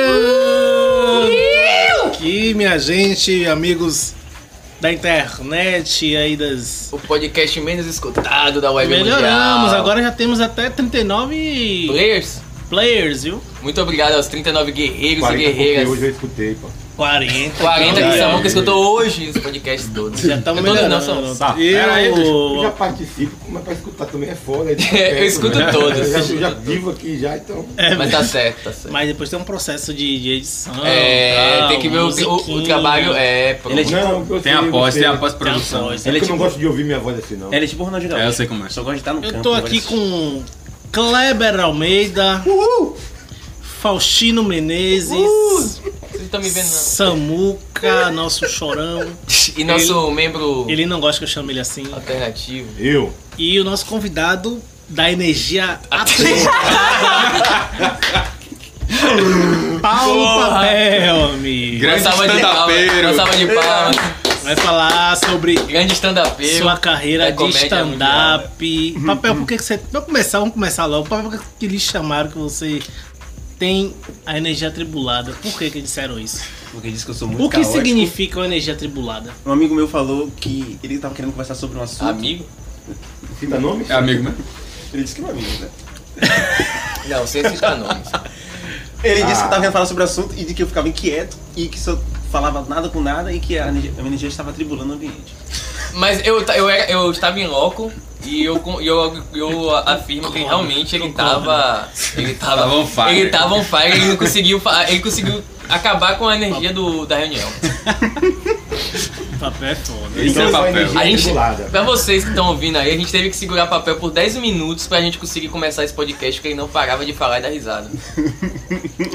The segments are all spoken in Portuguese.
começando! Aqui, minha gente, amigos da internet aí das... O podcast menos escutado da web Melhoramos, mundial. agora já temos até 39 Players, players, viu? muito obrigado aos 39 guerreiros e 40 guerreiras. é assim. porque hoje eu escutei, pô. 40. 40 então, que já- são um que escutou hoje os podcasts todos. Já estamos Eu tô- melhorando. não, são- Tá, pera aí, deixa- eu já Eu... participo, mas pra escutar também é foda. É Eu escuto né? todos. Eu já, eu já Eu escuto vivo aqui já, então. É, Mas tá certo, tá certo. Mas depois tem um processo de, de edição. É, tal, tem que ver o, o- o musiquinha. trabalho. É, pronto. Ele é de- Não, eu Tem sei, a pós, eu tem a sei. Tem a pós-produção. pós, É Ele é que eu tipo, não gosto de ouvir minha voz assim, não. ele é tipo o Ronaldinho É, Gaúcho. eu sei como é. Só gosta de estar no Eu campo. assim, tô não aqui gosta de- com Kleber Almeida, Faustino Menezes, Vocês estão me vendo, não. Samuca, nosso chorão. E nosso membro Ele não gosta que eu chame ele assim. alternativo. Eu. E o nosso convidado da energia atlética. Paulo Papel, amigo. Grande Gostava de palmas. stand-upeiro. Gostava de palmas. Vai falar sobre Grande stand-up. sua carreira da de comédia stand-up. Papel, por que que você. Vamos começar, vamos começar logo. Papel, por que que eles chamaram que você tem a energia atribulada? Por que, que disseram isso? Porque diz que eu sou muito O que caótico. significa uma energia atribulada? Um amigo meu falou que ele tava querendo conversar sobre um assunto. Amigo? Cita nome? É amigo, né? Ele disse que não é amigo, né? Não, sem citar nomes. Ele disse Ah. que tava querendo falar sobre o assunto e de que eu ficava inquieto e que só falava nada com nada e que a energia, a minha energia estava atribulando o ambiente. Mas eu, ta- eu, era- eu estava em loco e eu, con- eu, eu afirmo que realmente ele tava. Ele tava. Tava on fire. Ele tava on fire, ele não conseguiu. fa- Ele conseguiu acabar com a energia do, da reunião. Papel é foda. Esse é o só papel. energia A gente, regulada. pra vocês que estão ouvindo aí, a gente teve que segurar papel por 10 minutos pra gente conseguir começar esse podcast, porque ele não parava de falar e dar risada.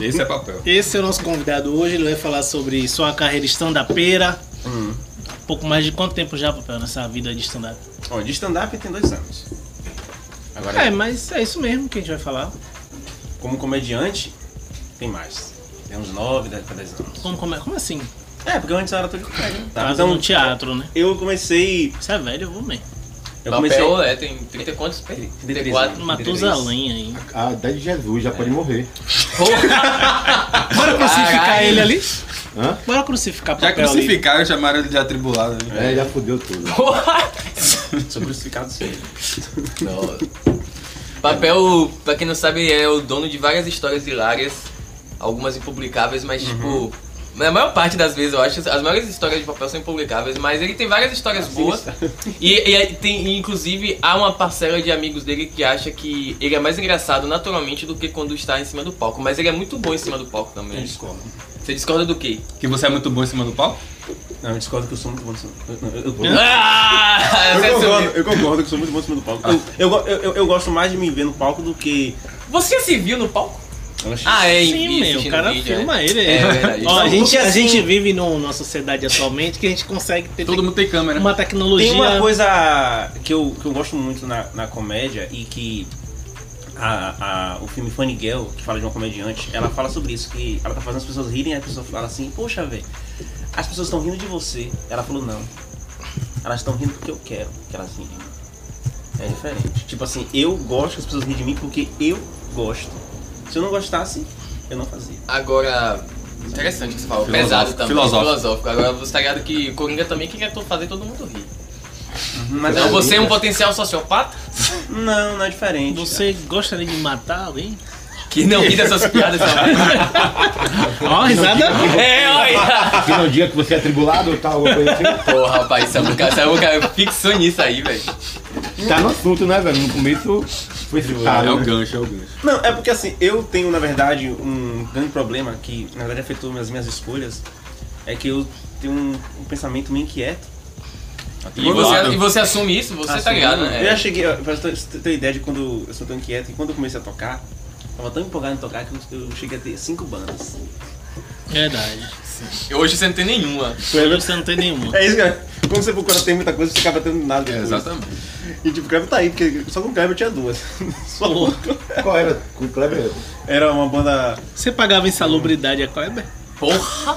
Esse é papel. Esse é o nosso convidado hoje, ele vai falar sobre sua carreira stand-upera. Um pouco mais de quanto tempo já, Papel, nessa vida de stand-up? Ó, de stand-up tem dois anos. Agora, É, mas é isso mesmo que a gente vai falar. como comediante, tem mais. Tem uns nove, dez pra dez anos. Como, como, é- como assim? É, porque antes eu era todo de comédia. né? Tá, Então, no teatro, né? eu comecei... Você é velho, eu vou mesmo. Eu papel comecei... é, tem 30 quantos? 34. 34. Matusalém aí. A idade Ah, de Jesus, já pode morrer. Bora crucificar Caralho. ele ali? Hã? Bora crucificar Já papel ali. crucificaram e chamaram ele de atribulado. né? É, já fudeu tudo. Porra! Sou crucificado sempre. Papel, pra quem não sabe, é o dono de várias histórias hilárias, algumas impublicáveis, mas tipo. Na maior parte das vezes, eu acho, as maiores histórias de papel são impublicáveis, mas ele tem várias histórias boas. E, e aí tem, e, inclusive, há uma parcela de amigos dele que acha que ele é mais engraçado naturalmente do que quando está em cima do palco. Mas ele é muito bom em cima do palco Eu também. discordo. Você discorda do quê? Que você é muito bom em cima do palco? Não, eu discordo que eu sou muito bom em cima eu- eu- eu- Ah! Você Eu concordo, assumiu. eu concordo que sou muito bom em cima do palco. Eu, Ah, eu, go- eu, eu gosto mais de me ver no palco do que. Você se viu no palco? Ah, é, em Sim, vídeo, meu, o assistindo cara vídeo, filma é. ele. É verdade. Ó, a, Não, gente, porque a assim- gente vive num- numa sociedade atualmente que a gente consegue ter Todo mundo né? tem câmera. uma tecnologia. Tem uma coisa que eu, que eu gosto muito na, na comédia e que a, a- o filme Funny Girl, que fala de uma comediante, ela fala sobre isso, que ela tá fazendo as pessoas rirem e a pessoa fala assim, poxa, velho, as pessoas estão rindo de você. Ela falou, não. Elas estão rindo porque eu quero que elas riem. É diferente. Tipo assim, eu gosto que as pessoas riem de mim porque eu gosto. Se eu não gostasse, eu não fazia. Agora. Interessante o que você falou. Filosófico. Pesado também. Filosófico. Filosófico. Agora você tá ligado que Coringa também queria to- fazer todo mundo rir. Mas Então eu- você é um potencial sociopata? Não, não é diferente. Você gostaria de matar alguém? Que não ri dessas piadas também. Ó, a risada. é, olha! Se não dia que você é tribulado ou tal, alguma coisa assim, Porra, rapaz, é Samuca, Samuca fixou nisso aí, velho. tá no assunto, né, velho? No começo foi é citado, o né? gancho, é o gancho. Não, é porque assim, eu tenho, na verdade, um grande problema que, na verdade, afetou as minhas escolhas. É que eu tenho um, um pensamento meio inquieto. E você, e você assume isso? Você tá ligado, né? Assim, Eu já cheguei, ó, pra você ter- ter ideia de quando eu sou tão inquieto, e quando eu comecei a tocar, eu tava tão empolgado em tocar que eu, eu cheguei a ter cinco bandas. Verdade. Hoje você não tem nenhuma. Hoje você não tem nenhuma. É isso, cara. Quando você procura ter muita coisa, você acaba tendo nada É, depois. Exatamente. E tipo, o Kleber tá aí, porque só com o Kleber eu tinha duas. Só uma. Qual era? Com o Kleber? Era uma banda... Você pagava insalubridade a Kleber? Porra!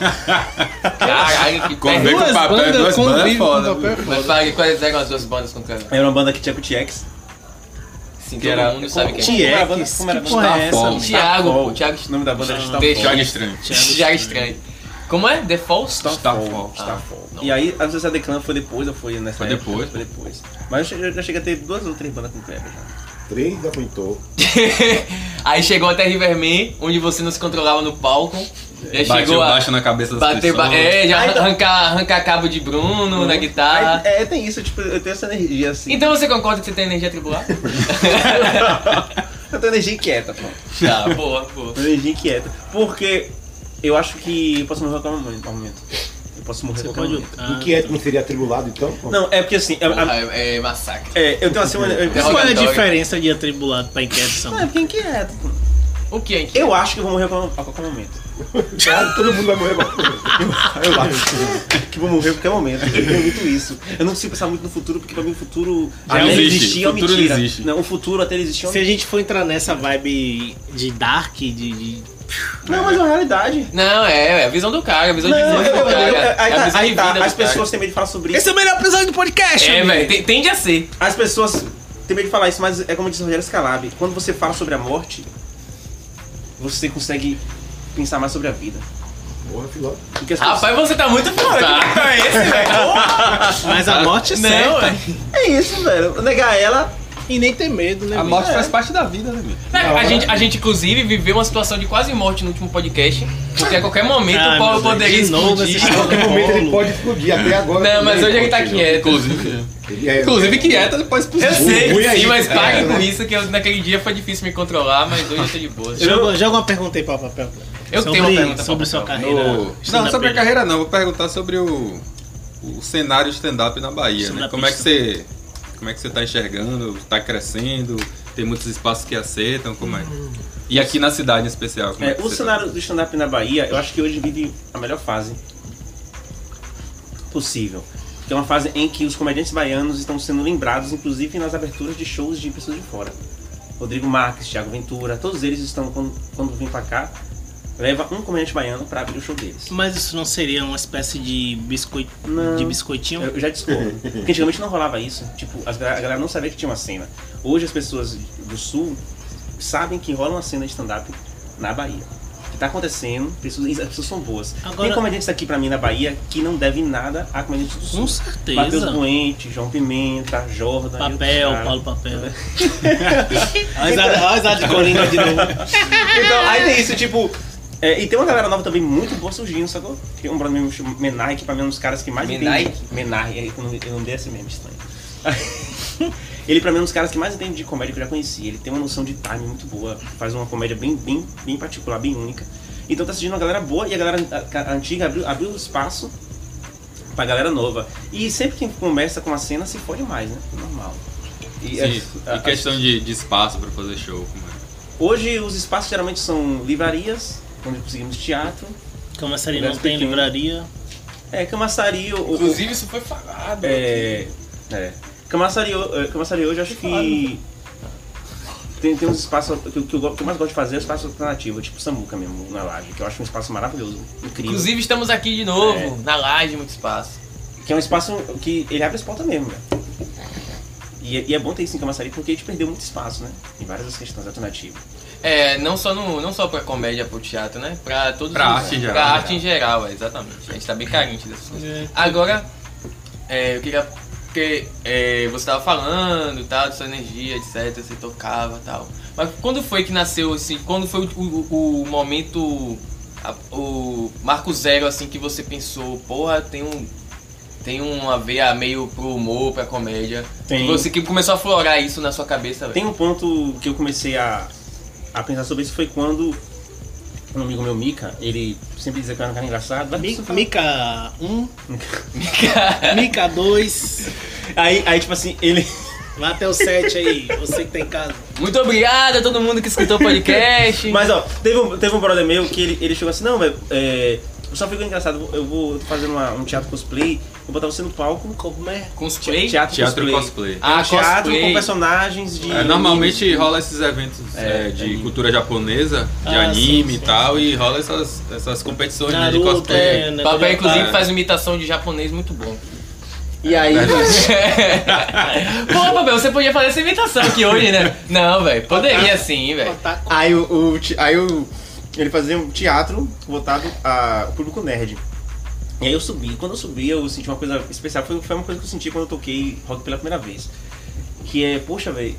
Caralho, que Convém perda. com Duas papel, bandas duas bandas convivem é com foda. papel. viu? Mas fala aí, quais eram as duas bandas com o cara? Era uma banda que tinha com o TX. Sim, Que todo era- mundo sabe quem é. Tá Como era a banda? Tiex, Como era a que banda? porra é essa? Starfall. mano? Thiago, pô, Starfall. Thiago O nome da banda era Starfall. Deixa. Thiago Estranho. Thiago Estranho. Como é? The False? Tá Starfall. Starfall. Ah, não. E aí, eu não sei se a Declan foi depois ou foi nessa Foi época. depois. Foi depois. Mas eu já- eu já cheguei a ter duas ou três bandas com Kleber já. Três da Pintor. Aí chegou até Riverman, onde você não se controlava no palco. Já Bateu chegou a baixo na cabeça das bater ba pessoas. é, já Ah, então- arrancar, arrancar cabo de Bruno na guitarra. Aí, é, tem isso, tipo, eu tenho essa energia assim. Então você concorda que você tem energia tribular? Eu tenho energia inquieta, pronto. tá, boa, boa. Uma energia inquieta. Porque eu acho que eu posso morrer a qualquer momento. a momento. Eu posso morrer Você a qualquer pode. momento. Ah, Inquieto não seria atribulado, então? pô? tá. Não, é porque assim, eu, Porra, a- é, é massacre. é, eu tenho assim uma. eu- Qual é a Interrogatório. diferença de atribulado pra inquieto? Não, é porque é inquieto. pô. O que é que? Eu acho que eu vou morrer a qualquer- a qualquer momento. Ah, Claro, todo mundo vai morrer agora. Eu acho que vou morrer a qualquer momento. Eu tenho muito isso. Eu não consigo pensar muito no futuro, porque pra mim o futuro. Já até existe. existir é uma O futuro mentira. existe. Não, o futuro até existir é uma Se a gente for entrar nessa vibe de dark, de. de- Não, mas é uma realidade. Não, é, é a visão do cara, a visão Não, de eu, mundo eu, do eu, cara. eu- aí é a tá, visão aí de tá, vida as do pessoas têm medo de falar sobre isso. é o melhor episódio do podcast! cara. É, amigo. velho, tem- tende a ser. As pessoas têm medo de falar isso, mas é como diz o Rogério Scalab: quando você fala sobre a morte, você consegue pensar mais sobre a vida. Porra, filó. Porque as pessoas- Rapaz, você tá muito forçado. é esse, velho? Mas a morte é Não, certa. é. É isso, velho. Negar ela. E nem ter medo, É. né? é. A bicho? morte tá faz parte da vida, né, meu? Né, A gente, a gente, inclusive, viveu uma situação de quase morte no último podcast, porque a qualquer momento Ah, o Paulo meu Deus, poderia de novo explodir. essa A qualquer momento ele Paulo. pode explodir, até agora. Não, mas também hoje ele tá pode, quieto. Inclusive, Ele é- inclusive quieto, ele pode Eu expulsar. sei, ruim é sim, isso, mas é, paguem né? com isso, que eu- naquele dia foi difícil me controlar, mas hoje eu tô de boa. Joga, joga uma pergunta aí pra papel. Eu sobre, tenho uma pergunta pra sobre Papel. sua carreira. No... Não, stand-up. sobre a carreira não, vou perguntar sobre o, o cenário stand-up na Bahia, né? Stand-up Como é que você. Como é que você tá enxergando? Tá crescendo? Tem muitos espaços que aceitam, como é? E aqui na cidade em especial, como é, É, que o você cenário do stand-up na Bahia, eu acho que hoje vive a melhor fase possível. Que é uma fase em que os comediantes baianos estão sendo lembrados, inclusive nas aberturas de shows de pessoas de fora. Rodrigo Marques, Thiago Ventura, todos eles estão, quando, quando vêm pra cá, leva um comediante baiano pra abrir o show deles. Mas isso não seria uma espécie de, biscoito, Não. de biscoitinho? Eu já discordo. Porque antigamente não rolava isso. Tipo, as gal- a galera não sabia que tinha uma cena. Hoje as pessoas do sul sabem que rola uma cena de stand-up na Bahia. Que tá acontecendo, pessoas, e as pessoas são boas. Agora- Tem comediantes aqui pra mim na Bahia que não devem nada a comediantes do sul. Com certeza. Matheus Doente, João Pimenta, tá Jordan. e outros Papel, caras. Paulo Papel. É. Olha as de Coringa de novo. Então, aí tem isso, tipo. é, e tem uma galera nova também muito boa surgindo, sacou? Tem um brother meu chamado Menai, que pra mim é um dos caras que mais Menai? entende. Menai, é, eu não, eu não dei esse meme estranho. Ele pra mim é um dos caras que mais entende de comédia que eu já conheci. Ele tem uma noção de time muito boa, faz uma comédia bem, bem, bem particular, bem única. Então tá surgindo uma galera boa e a galera a- a antiga abriu, abriu espaço pra galera nova. E sempre que começa com uma cena se fode mais, né? Normal. E, Sim, a- e questão de, de espaço pra fazer show, como é? Hoje os espaços geralmente são livrarias, onde conseguimos teatro, Começaria não Lugares tem pequenos. livraria. é, camaçaria, ou, Inclusive, isso foi falado. é, é, camaçaria, é, camaçaria hoje acho que tem, tem uns espaços que, eu- que eu, go- que eu mais gosto de fazer é espaço alternativo, tipo Samuca mesmo, na laje, que eu acho um espaço maravilhoso, incrível. Inclusive, estamos aqui de novo, É. na laje, muito espaço. Que é um espaço que ele abre as portas mesmo, velho. E, é- e é bom ter isso em camaçaria porque a gente perdeu muito espaço, né? Em várias das questões alternativas. É, não só, no, não só pra comédia, pro teatro, né? Pra todos Pra os- arte em Pra geral, né, arte em geral, é, exatamente. A gente tá bem carente dessas coisas. É. Agora, é, eu queria. Porque é, você tava falando tal, de sua energia, etc. Você tocava tal. Mas quando foi que nasceu, assim? Quando foi o, o- o momento. a- o marco zero, assim, que você pensou, porra, tem um. Tem um uma veia meio pro humor, pra comédia. Tem. E você que começou a florar isso na sua cabeça, velho. Tem um ponto que eu comecei a, a pensar sobre isso foi quando um amigo meu, Mika, ele sempre dizia que eu era um cara engraçado. mas Mi- isso- Mica 1, Mica 2, Aí, aí, tipo assim, ele. vai até o 7 aí, você que tá em casa. Muito obrigado a todo mundo que escutou o podcast. Mas ó, teve um, teve um brother meu que ele, ele chegou assim, não, velho, é, eu só fico engraçado, eu vou eu tô fazendo uma- um teatro cosplay, vou botar você no palco. Como é? Com os play? Teatro, Teatro cosplay. cosplay. Ah, teatro cosplay. com personagens de. É, normalmente rola esses eventos É, é, de anime. cultura japonesa, de Ah, anime sim, e tal, e rola essas, essas competições né, de Naruto, cosplay. é, né, Papel, Naruto, inclusive, é. faz imitação de japonês muito bom. E E aí, Pô, Papel, você podia fazer essa imitação aqui hoje, né? Não, velho. Poderia sim, Tá, velho. Otaku. aí, o, o te- aí o- ele fazia um teatro voltado a- ao público nerd. E aí eu subi. Quando eu subi, eu senti uma coisa especial. Foi, foi uma coisa que eu senti quando eu toquei rock pela primeira vez. Que é, poxa, velho,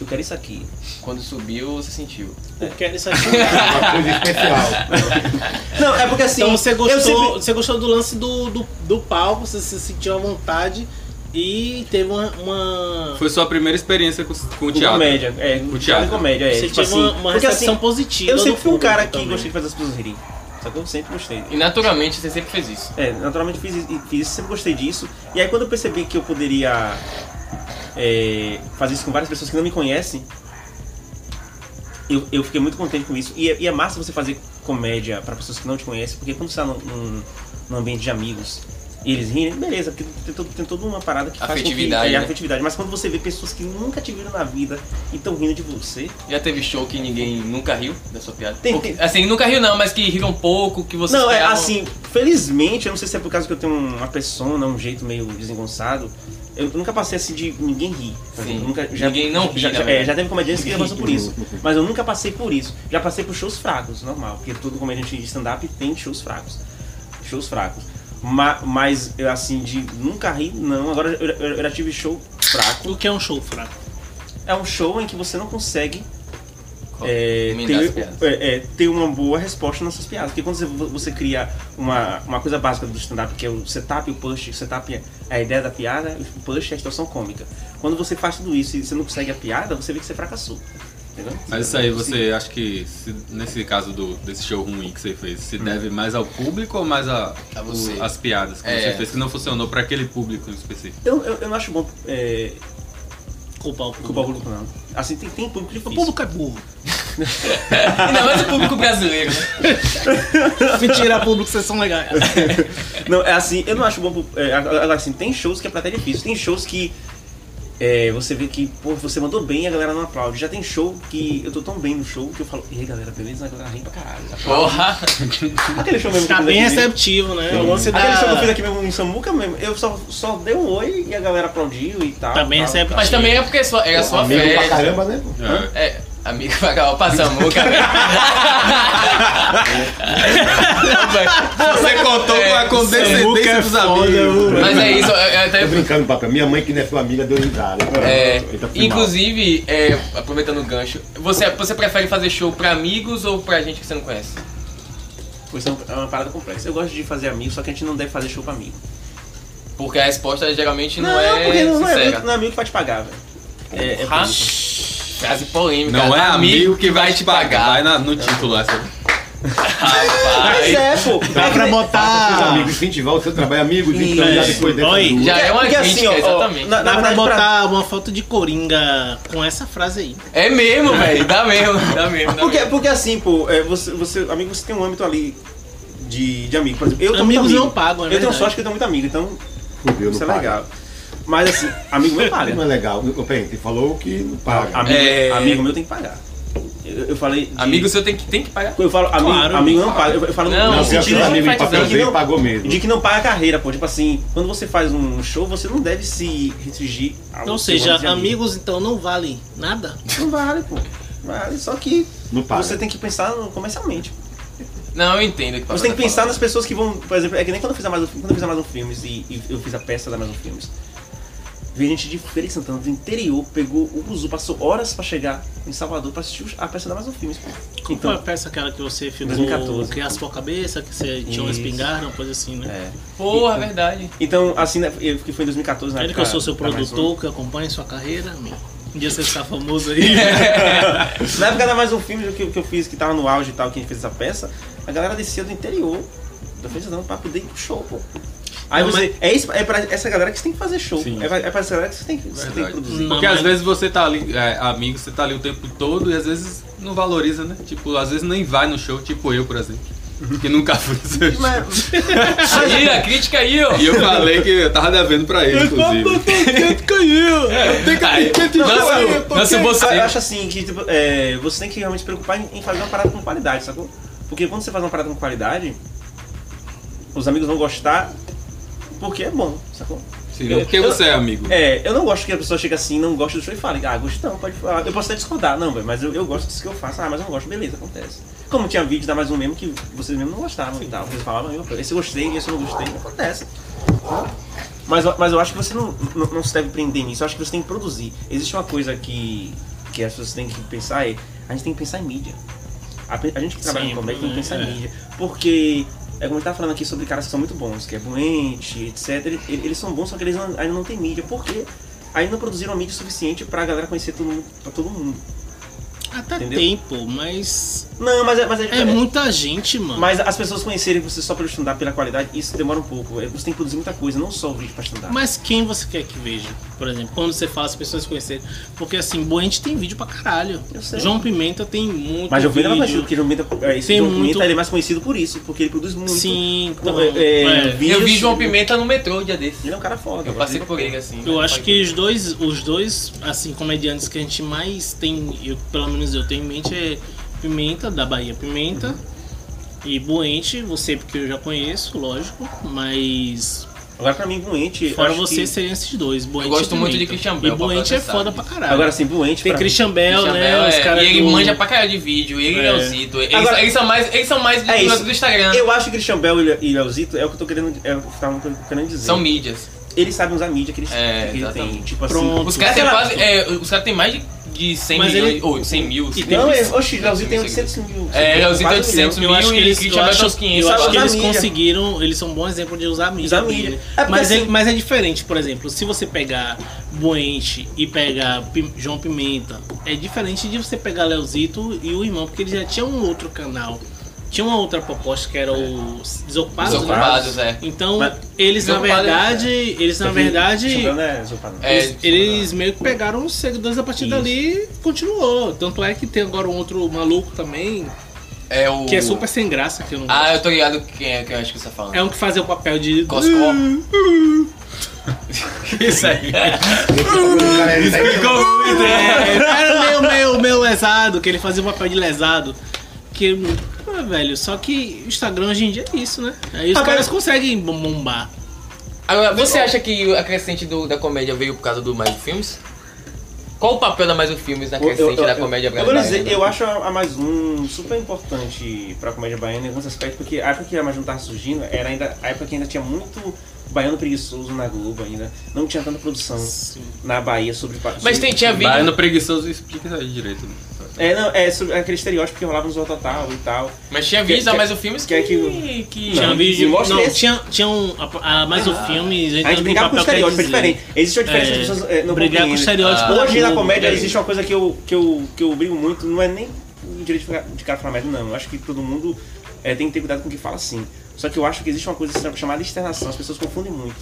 eu quero isso aqui. Quando subiu, você sentiu. Eu quero isso aqui. Uma coisa especial. Não, é porque assim. Então você eu gostou, sempre- você gostou do lance do, do, do palco, você se sentiu à vontade e teve uma. uma- Foi sua primeira experiência com, com Com o teatro. comédia. É, O o teatro. teatro e comédia, é. você tipo teve assim, uma, uma porque recepção assim, positiva. eu sempre do fui um público cara que também. gostei de fazer as pessoas rirem. Só que eu sempre gostei. E naturalmente você sempre fez isso. É, naturalmente fiz, isso- fiz isso, sempre gostei disso. E aí quando eu percebi que eu poderia é, fazer isso com várias pessoas que não me conhecem, eu, eu fiquei muito contente com isso. E é, e é massa você fazer comédia pra pessoas que não te conhecem, porque quando você tá num, num- num ambiente de amigos e eles riem, beleza, porque tem, todo- tem toda uma parada que faz com Afetividade, que, é, né? afetividade. Mas quando você vê pessoas que nunca te viram na vida e estão rindo de você, Já teve show que ninguém nunca riu da sua piada? Tem- Porque- tem- Assim, nunca riu não, mas que riram um pouco, que você Não, é assim, felizmente, eu não sei se é por causa que eu tenho uma persona, um jeito meio desengonçado. Eu nunca passei assim de ninguém rir. tá Sim. vendo? Nunca, Ninguém não ri, já, na já, verdade. é, já teve comediante que passou por isso. Mas eu nunca passei por isso. Já passei por shows fracos, normal. Porque todo comediante de stand-up tem shows fracos. Shows fracos. Ma- mas, eu, assim, de nunca rir, não. Agora eu, eu- eu já tive show fraco O que é um show fraco? é um show em que você não consegue É, é, emendar as ter, piadas. é, é, ter uma boa resposta nas suas piadas. Porque quando você, você cria uma, uma coisa básica do stand-up, que é o setup e o push, o setup é a ideia da piada, e o push é a situação cômica. Quando você faz tudo isso e você não consegue a piada, você vê que você fracassou. Entendeu? Mas isso aí você acha que, se- nesse caso do, desse show ruim que você fez, se deve mais ao público ou mais Hum. a, A você. o- as piadas que É. você fez que não funcionou pra aquele público em específico? Eu, eu, eu não acho bom é, Culpar o público. culpar o público, não. Assim, tem, tem público O difícil. público é burro. Ainda mais o público brasileiro. né? Mentira, público, vocês são legais. Não, é assim, eu não acho bom. pro- é, agora, assim, tem shows que é pra até difícil. Tem shows que é, você vê que, pô, você mandou bem e a galera não aplaude. Já tem show que eu tô tão bem no show que eu falo, e aí galera, beleza? A galera ri pra caralho. Porra! Aquele show mesmo que eu Tá fiz bem aqui mesmo- receptivo, né? O lance é Aquele show que eu fiz da. aqui mesmo em Samuca mesmo, eu só, só dei um oi e a galera aplaudiu e tal. Tá bem tal, receptivo. Mas também é porque sua- era sua Amigo pra festa. caramba, né? pô? É. É, amigo vai acabar passando a muca, velho. Você contou com a condescendência dos amigos. Mas é isso, eu, eu até Tô brincando, papai. Minha mãe que não é sua amiga deu risada. É, Ele tá filmado. inclusive, é, aproveitando o gancho, você, você prefere fazer show pra amigos ou pra gente que você não conhece? tal. Isso é uma- é uma parada complexa. Eu gosto de fazer amigo, só que a gente não deve fazer show pra amigo. Porque a resposta geralmente não, Não, é porque não, não é sincera. amigo, não é amigo que vai te pagar, velho. É, é Porra. por isso. Frase polêmica. Não é amigo que vai te pagar. Vai na- no título essa. Mas é, pô. Dá pra Seus botar. amigos, incentivar o seu trabalho, amigos, Isso. então já depois dessa Oi. dúvida. Já é uma Porque assim, crítica, ó, ó, exatamente. na- Dá pra verdade, pra- botar uma foto de coringa com essa frase aí. Ah, É mesmo, velho. Dá mesmo, dá mesmo. Dá Porque, mesmo. porque assim, pô, é, você, você, amigo, você tem um âmbito ali de, de amigo. Por exemplo, eu tenho muito Amigos amigo. não pagam, é Eu tenho verdade. sorte que eu tenho muito amigo, então Fudeu, isso é não paga. legal. Mas assim, amigo meu paga. Não é legal. Ô, Peraí, você falou que não paga. Amigo, É. amigo meu tem que pagar. Eu, eu falei. de- Amigo seu tem que, tem que pagar. Eu falo, amigo, Claro. amigo não paga. Eu, eu falo Não, no Não, sentido seus sentido não amigos faz de papel nada. veio pagou mesmo. de que não paga a carreira, pô. Tipo assim, quando você faz um show, você não deve se restringir ao Então, Ou seu seja, âmbito de amigo. amigos então não valem nada. Não vale, pô. Vale, só que Não paga. você tem que pensar no- comercialmente. Não, eu entendo o que Você tem que tá pensar falando. nas pessoas que vão. Por exemplo, é que nem quando eu fiz a mais um, quando eu fiz a mais um filmes e, e eu fiz a peça da mais um filmes. Veio gente de Félix Santana do interior, pegou o Buzu, passou horas pra chegar em Salvador pra assistir a peça da mais um filmes. pô. Qual foi a Então, peça aquela que você filmou 2014. que raspou a cabeça, que você tinha uma Isso. espingarda, uma coisa assim, né? é. Porra, verdade. Então, assim, né, eu- que foi em 2014, né? Quero que eu sou seu produtor, um. que acompanhe sua carreira, amigo. Um dia você ficar famoso aí. É. Na época da mais um filme que, eu- que eu fiz, que tava no auge e tal, que a gente fez essa peça, a galera descia do interior da Félix Santana pra poder ir pro show, pô. Aí Não, você. É, isso, é pra essa galera que você tem que fazer show. Sim. É pra, é pra essa galera que você tem que, você tem que Verdade. produzir. Não, Porque mas- às vezes você tá ali, é, amigo, você tá ali o tempo todo e às vezes não valoriza, né? Tipo, às vezes nem vai no show, tipo eu, por exemplo. Que nunca fui no seu show. é, Mas- Aí, a crítica aí, ó. E eu falei que eu tava devendo pra ele, inclusive. Aí, nosso nosso tipo, Eu, bolseiro. acho assim que tipo, é, você tem que realmente se preocupar em, em fazer uma parada com qualidade, sacou? Porque quando você faz uma parada com qualidade, os amigos vão gostar porque é bom, sacou? Seria o que você é, amigo. É, eu não gosto que a pessoa chegue assim, não gosta do show e fale, ah, gosto não, pode falar. Eu posso até discordar, não, velho, mas eu, eu gosto disso que eu faço. Ah, mas eu não gosto, beleza, acontece. Como tinha vídeo da mais um mesmo que vocês mesmo não gostavam e tal. Vocês falavam, eu, esse eu gostei, esse eu não gostei, acontece. Mas, eu- mas eu acho que você não, não, não se deve prender nisso, eu acho que você tem que produzir. Existe uma coisa que, que as pessoas têm que pensar, é, a gente tem que pensar em mídia. A, pe- a gente que trabalha em comédia né? tem que É. pensar em mídia. Porque, é como a gente tá falando aqui sobre caras que são muito bons, que é Buente, etc. Ele- ele- Eles são bons, só que eles não- ainda não têm mídia. Por quê? Ainda não produziram mídia suficiente pra galera conhecer todo mundo, pra todo mundo. Até Entendeu? tempo, mas. Não, mas é, mas é, É muita gente, mano. Mas as pessoas conhecerem você só pelo stand-up, pela qualidade, isso demora um pouco. É, Você tem que produzir muita coisa, não só o vídeo pra stand-up. Mas quem você quer que veja? Por exemplo, quando você fala as pessoas conhecerem. Porque assim, Boente tem vídeo pra caralho. Eu sei. João Pimenta tem muito. Mas João Pimenta vídeo. é mais conhecido, porque João Pimenta, é, esse Tem João Pimenta, muito- ele é mais conhecido por isso, porque ele produz muito. Sim, então, é, é, é. Eu vi vídeos. João Pimenta no metrô um dia desse. Ele é um cara foda. Eu passei por ele assim. Eu né? acho que os dois, os dois, assim, comediantes que a gente mais tem, eu, pelo menos eu tenho em mente, é Pimenta, da Bahia Pimenta, e Buente, você, porque eu já conheço, lógico, mas Agora pra mim, Buente. fora acho você que- seriam esses dois, Buente gosto e Pimenta. muito de Christian Bell, E pra Buente é processar foda isso. pra caralho. Agora sim, Buente. tem pra- Christian Bell, Christian né, Bell, os é, caras e ele do- manja pra caralho de vídeo, ele e É. Leozito. Eles, Agora- eles são mais, eles são mais do, É isso. do Instagram. Eu acho que Christian Bell e Le- e Leozito é o que eu tô querendo, é o que eu tava querendo dizer. São mídias. Eles sabem usar a mídia que eles É, que eles têm. exatamente. Tipo Pronto. assim. Os caras têm Será- quase. é, os caras têm mais de, de 100 Mas milhões. ele- Ou 100 mil. e tem- um Não, é, Tem- oxi, Leozito tem tem- 800 mil. É, Leozito é quase um 800 milhão. Eu acho mil que e eles, eu Christian Bell acho, tem uns 500. eu acho sabe? que Usar eles mídia. conseguiram, eles são bons exemplos de usar a mídia. Usar a também, mídia. né? É porque mas, é, assim- mas é diferente, por exemplo, se você pegar Buente e pegar Pi- João Pimenta, é diferente de você pegar Leozito e o irmão, porque ele já tinha um outro canal. Tinha uma outra proposta que era o Desocupados, né? Desocupados, é. Então, Mas- é. eles na Desocupados, verdade, eles na verdade, Christian Bell não é Zupano. É, eles, eles meio que pegaram os seguidores a partir Isso. dali e continuou. Tanto é que tem agora um outro maluco também, É o. que é super sem graça, que eu não Ah, eu tô ligado quem é que eu acho que você tá falando. é um que fazia o papel de. Coscó. Isso aí. O cara é- É, era meio, meio, meio lesado, que ele fazia o papel de lesado. Que. Ah, velho, só que o Instagram hoje em dia é isso, né? Aí os Ah, caras mas- conseguem bom- bombar. Agora, você acha que a crescente do- da comédia veio por causa do Mais um Filmes? Qual o papel da Mais um Filmes na crescente da comédia né? eu, vou brasileira? dizer, eu acho a, a mais um super importante pra comédia baiana em alguns aspectos, porque a época que a mais um tava surgindo era ainda a época que ainda tinha muito baiano preguiçoso na Globo ainda. Não tinha tanta produção na Bahia sobre Mas sobre- tem, tinha vídeo. Baiano preguiçoso, explica isso aí direito. né? É, não, é sobre aquele estereótipo que rolava no Zorro Total e tal. Mas tinha Que- vídeos da que- Mais um Filmes que é que. que- Tinha Não, um vídeo. mostra Não, esse. tinha, tinha um. A, a- mais um filme. Ah, A gente brincava com o estereótipo, é diferente. Existe uma diferença É, que as pessoas é, brigar com não o compreendem. estereótipo. Ah, Hoje na Não, comédia velho. existe uma coisa que eu, que eu, que eu brigo muito, não é nem o direito de ficar- de cara falar merda, não. Eu acho que todo mundo é, tem que ter cuidado com o que fala sim. Só que eu acho que existe uma coisa chamada externação, as pessoas confundem muito.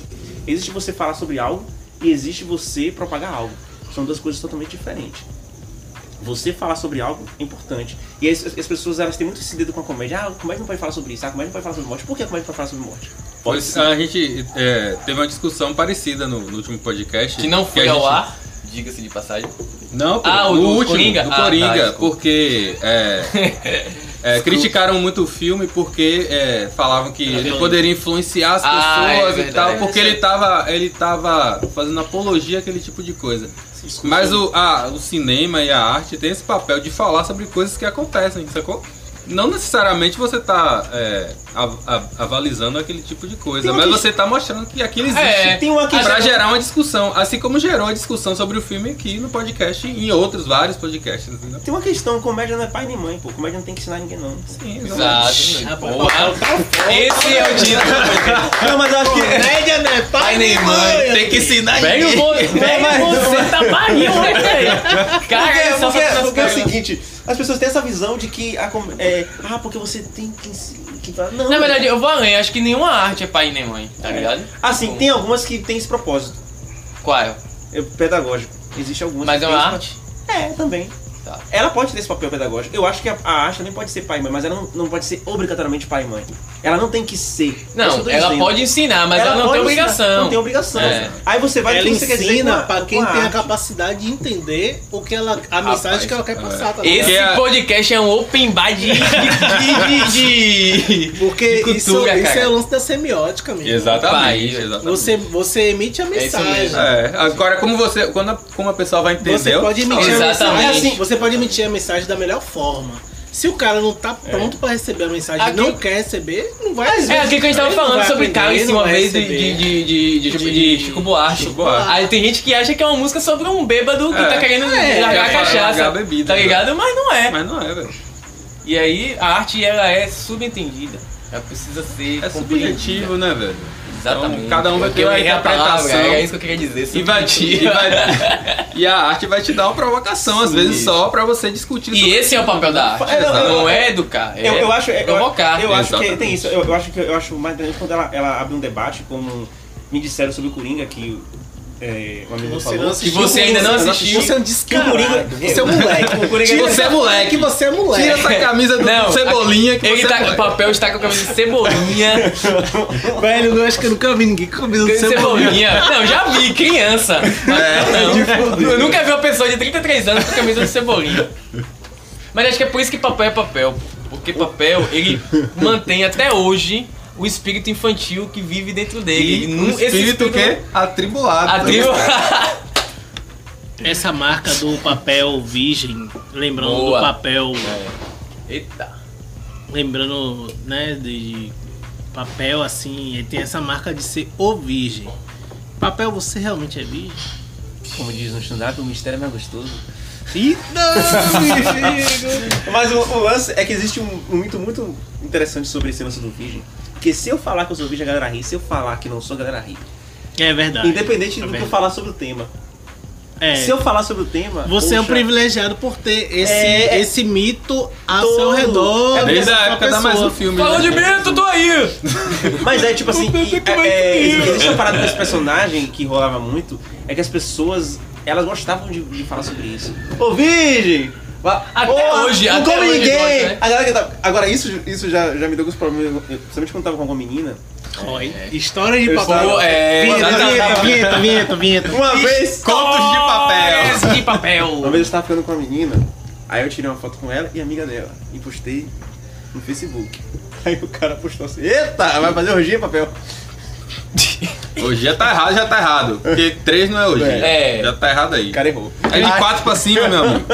Existe você falar sobre algo e existe você propagar algo. São duas coisas totalmente diferentes. Você falar sobre algo é importante. E as, as pessoas elas têm muito esse dedo com a comédia. Ah, como é que não pode falar sobre isso? Ah, como é que não pode falar sobre morte? Por que como é que pode falar sobre morte? Pois, a gente é, teve uma discussão parecida no, no último podcast. Que não foi a ao gente- ar, diga-se de passagem. Não, pô, Ah, o no do último, Coringa? do Ah, tá, Coringa, desculpa. porque é, é, criticaram muito o filme porque é, falavam que ele poderia influenciar as Ah, é pessoas e verdade. tal, porque ele tava, ele tava fazendo apologia àquele tipo de coisa. Mas o, a- o cinema e a arte tem esse papel de falar sobre coisas que acontecem, sacou? Não necessariamente você tá é, av- av- avalizando aquele tipo de coisa, mas você tá mostrando que aquilo existe. É, Tem uma que Ah, Pra já- gerar uma discussão, assim como gerou a discussão sobre o filme aqui no podcast e em outros vários podcasts. né? entendeu? Tem uma questão, comédia não é pai nem mãe, pô. Comédia não tem que ensinar ninguém, não. Sim, Exato. Boa. Esse é o título. Não, mas eu acho que. É, Comédia, né? Pai nem mãe. Tem que ensinar Pega o bolo. Pega o Você tá barril, né, velho? Cara, Porque, ele só porque- faz porque é o essas coisas. seguinte, as pessoas têm essa visão de que a com- é, ah, porque você tem que, se- que falar- não. Na verdade, eu vou além. Acho que nenhuma arte é pai nem mãe, tá ligado? assim, tem algumas que tem esse propósito Qual? é, pedagógico. Existe algumas. Mas que é têm uma esse arte? pro- É, também. Tá. Ela pode ter esse papel pedagógico. Eu acho que a, a Asha também pode ser pai e mãe, mas ela não, não pode ser obrigatoriamente pai e mãe. Ela não tem que ser. É isso que eu Não, tô ela dizendo. pode ensinar, mas ela, não pode tem ensinar, obrigação. Não tem obrigação. É. Aí você vai ela que você quer dizer com ensina a- pra quem com a tem a arte. capacidade de entender o que ela, a mensagem que ela quer passar. Tá ligado? Esse Porque a- podcast é um open bar de. de, de, de... Porque de isso, cultura, isso cara. é o lance da semiótica, amigo. Exatamente, Pai, exatamente. Você, você emite a isso mensagem. mesmo. É, agora como você, quando a, como a pessoa vai entender, Você pode emitir a Exatamente. mensagem. assim, você pode emitir a mensagem da melhor forma. Se o cara não tá É. pronto pra receber a mensagem, Aqui- não quer receber, não vai receber. É aquilo que a gente tava Ele não falando vai sobre aprender, Cálice ele uma não vai vez de, receber. de, de, de, de- de- de Chico Buarque. Buarque. Aí tem gente que acha que é uma música sobre um bêbado que É. tá querendo É, largar a é, cachaça. largar a bebida, tá ligado? Mas não é. mas não é, velho. E aí a arte ela é subentendida. Ela precisa ser. É compreendida. subjetivo, né, velho? Exatamente. Então, cada um vai Eu ter uma errei a palavra, interpretação. É isso que eu queria dizer. E, vai te, e, subjetiva. vai- e a arte vai te dar uma provocação, às vezes, só pra você discutir E sobre- esse é o papel da arte. É, não, Não é educar, é Eu, eu acho, eu, provocar. eu acho que Exatamente. tem isso. Eu, eu acho que eu acho mais interessante quando ela, ela abre um debate, como me disseram sobre o Coringa que é, um amigo Você não falou. assistiu. E você ainda não Coringa, assistiu. Você é um descarado. Que o Coringa- Você é um moleque. O Coringa- Tira Você é essa- moleque. Que você é Tira moleque. essa camisa do Não, Cebolinha que Ele você tá, não o vai. papel está com a camisa de cebolinha. Velho, eu acho que eu nunca vi ninguém com medo de ser moleque. cebolinha. Não, já vi, criança. É, Não, não. Eu nunca vi uma pessoa de 33 anos com a camisa de cebolinha. Mas acho que é por isso que papel é papel. pô. Porque papel, ele mantém até hoje o espírito infantil que vive dentro dele. E Ele não- um esse espírito o quê? Atribulado. A né? tribo. Essa marca do papel virgem, lembrando Boa. É. do papel, Eita. lembrando, né, de papel assim, ele tem essa marca de ser o virgem. Papel, você realmente é virgem? Como diz no stand-up, o mistério é mais gostoso. Ih, não, amigo. Mas o, o lance é que existe um, um mito muito interessante sobre esse lance do virgem. Porque se eu falar que eu sou virgem, a galera ri. Se eu falar que não sou, a galera ri. É Ah, verdade. Independente é do que eu verdade. falar sobre o tema. É, Se eu falar sobre o tema. você é um poxa, privilegiado por ter esse, É, é- esse mito a Todo. seu redor. É Desde dessa a época da pessoa. mais um filme. Falou de né? Bento, tô aí! Mas é tipo assim, e- é, é, existe uma parada desse personagem que rolava muito, é que as pessoas, elas gostavam de, de falar sobre isso. Ô virgem! Va- Até hoje, não até come hoje ninguém! gosta, né? A galera que tá- Agora, isso, isso já, já me deu alguns problemas, eu- principalmente quando eu tava com uma menina. Ó, História de Eu papel. sou- é, vinheta, exatamente. vinheta, vinheta, vinheta, vinheta. Uma vez, tá- Contos de papel. Histórias de papel. uma vez eu estava ficando com uma menina, aí eu tirei uma foto com ela e amiga dela, e postei no Facebook. Aí o cara postou assim, eita, vai fazer orgia, papel. Hoje já tá errado, já tá errado. Porque três não é hoje. É. Já tá errado aí. O cara errou. É de quatro pra cima, meu amigo.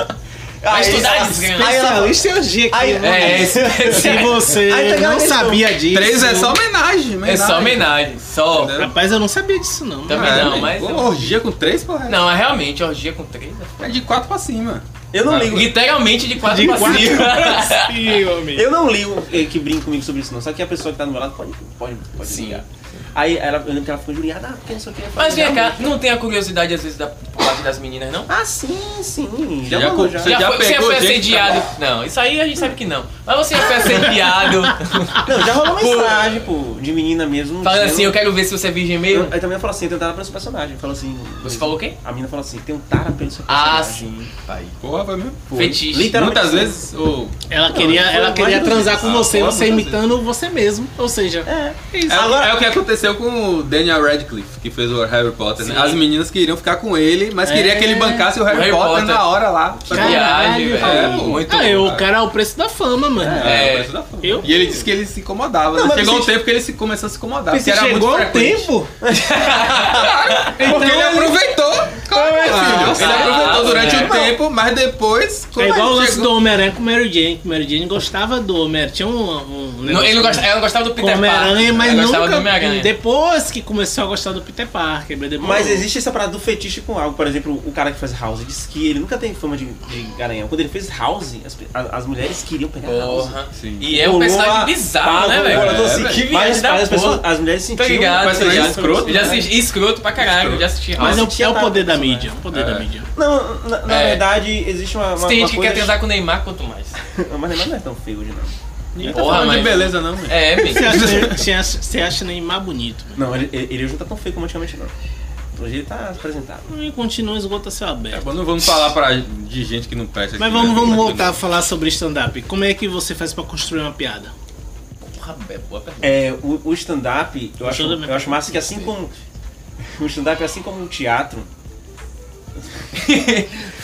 Vai Aí- estudar, desgraça. Aí ela Especialista é o dia aqui. Aí- né? É, esse- esse- Se você Aí tá não ganhando sabia disso. Três é só homenagem, é só homenagem, só. Entendeu? Rapaz, eu não sabia disso, não. Também É, não, mas. Pô, orgia com três, porra. Não, é realmente orgia com três. né? É de quatro pra cima. Eu Ah, não ligo. Literalmente de quatro De pra quatro cima. pra cima, amigo. Eu não ligo eh, que brinca comigo sobre isso, não. Só que a pessoa que tá do meu lado pode, pode, pode Sim. ligar. Aí ela, eu lembro que ela ficou juliada, ah, porque não sei o que. Mas vem cá, não tem a curiosidade às vezes da por parte das meninas, não? Ah, sim, sim. Já Já rolou, cu- já. Você já foi, você pegou foi gente assediado. Não, isso aí a gente sabe que não. Mas você já foi assediado. Não, já rolou Pô. mensagem, pô, de menina mesmo. Falando dizendo- assim, eu quero ver se você é virgem Eu- mesmo. Aí também ela falou assim, tentara pelo seu personagem. Falou assim. Você falou o quê? A menina falou assim, tentara pelo seu Ah, personagem. sim. Tá Aí. Porra, foi mesmo? Fetiche. Literalmente. assim. Muitas vezes é o. Ela queria, foi ela mais queria de transar duas com vezes. você, Ah, você foi muitas imitando você mesmo. Ou seja, é isso. É, é o que aconteceu com o Daniel Radcliffe, que fez o Harry Potter. Né? As meninas queriam ficar com ele, mas queria que ele bancasse o Harry, Harry Potter, Potter. na hora lá. Que viagem, velho. É, pô. Muito Ah, eu, bom. o cara é o preço da fama, mano. É, É. o preço da fama. Eu- E ele disse que ele se incomodava. Não, né? mas Chegou um existe- tempo que ele se começou a se incomodar. Porque Você era muito chegou um frequente. tempo? Porque ele aproveitou. Claro, filho. ele aproveitou Ah, durante é. um tempo, mas depois. É quando igual o ele lance chegou- do Homem-Aranha com Mary Jane. que Mary Jane gostava do Homem-Aranha. Tinha um. um Não, negócio ele não gostava, ela gostava do com o Peter Parker. Homem-Aranha, mas ela gostava do nunca. Homem-Aranha. Depois que começou a gostar do Peter Parker, mas demorou. Mas existe essa parada do fetiche com algo. Por exemplo, o cara que faz House disse que ele nunca tem fama de, de garanhão. Quando ele fez House, as, pe- a- as mulheres queriam pegar House. Porra. Sim. E é um Rolou personagem a- bizarro, Ah, né, rolou, rolou, velho? assim, É, que velho. viagem Mas da as pessoas- pessoas- as mulheres sentiam. Tá ligado? Mas tá ligado? é escroto, Eu já né? assisti escroto pra caralho, eu já assisti Mas House. é, Mas o- é tinha né? o poder da nada, mídia. O poder É. da mídia. Não, na, na É. verdade, existe uma. uma Se tem uma gente que quer coisa- transar com o Neymar, quanto mais. Mas Neymar não é tão feio hoje, não. Ninguém tá Porra, falando de mas- beleza, não, mano. É, Você bem. acha, você acha Neymar bonito? Não, ele, ele hoje não tá tão feio como antigamente, não. Hoje ele tá apresentado. E continua o esgoto a céu aberto. É, mas não vamos falar pra, de gente que não presta Mas aqui, vamos, né? vamos voltar a falar sobre stand-up. Como é que você faz pra construir uma piada? Porra, é boa pergunta. É, o, o stand-up, eu acho, stand-up. eu acho massa que assim como. O stand-up, assim como o teatro.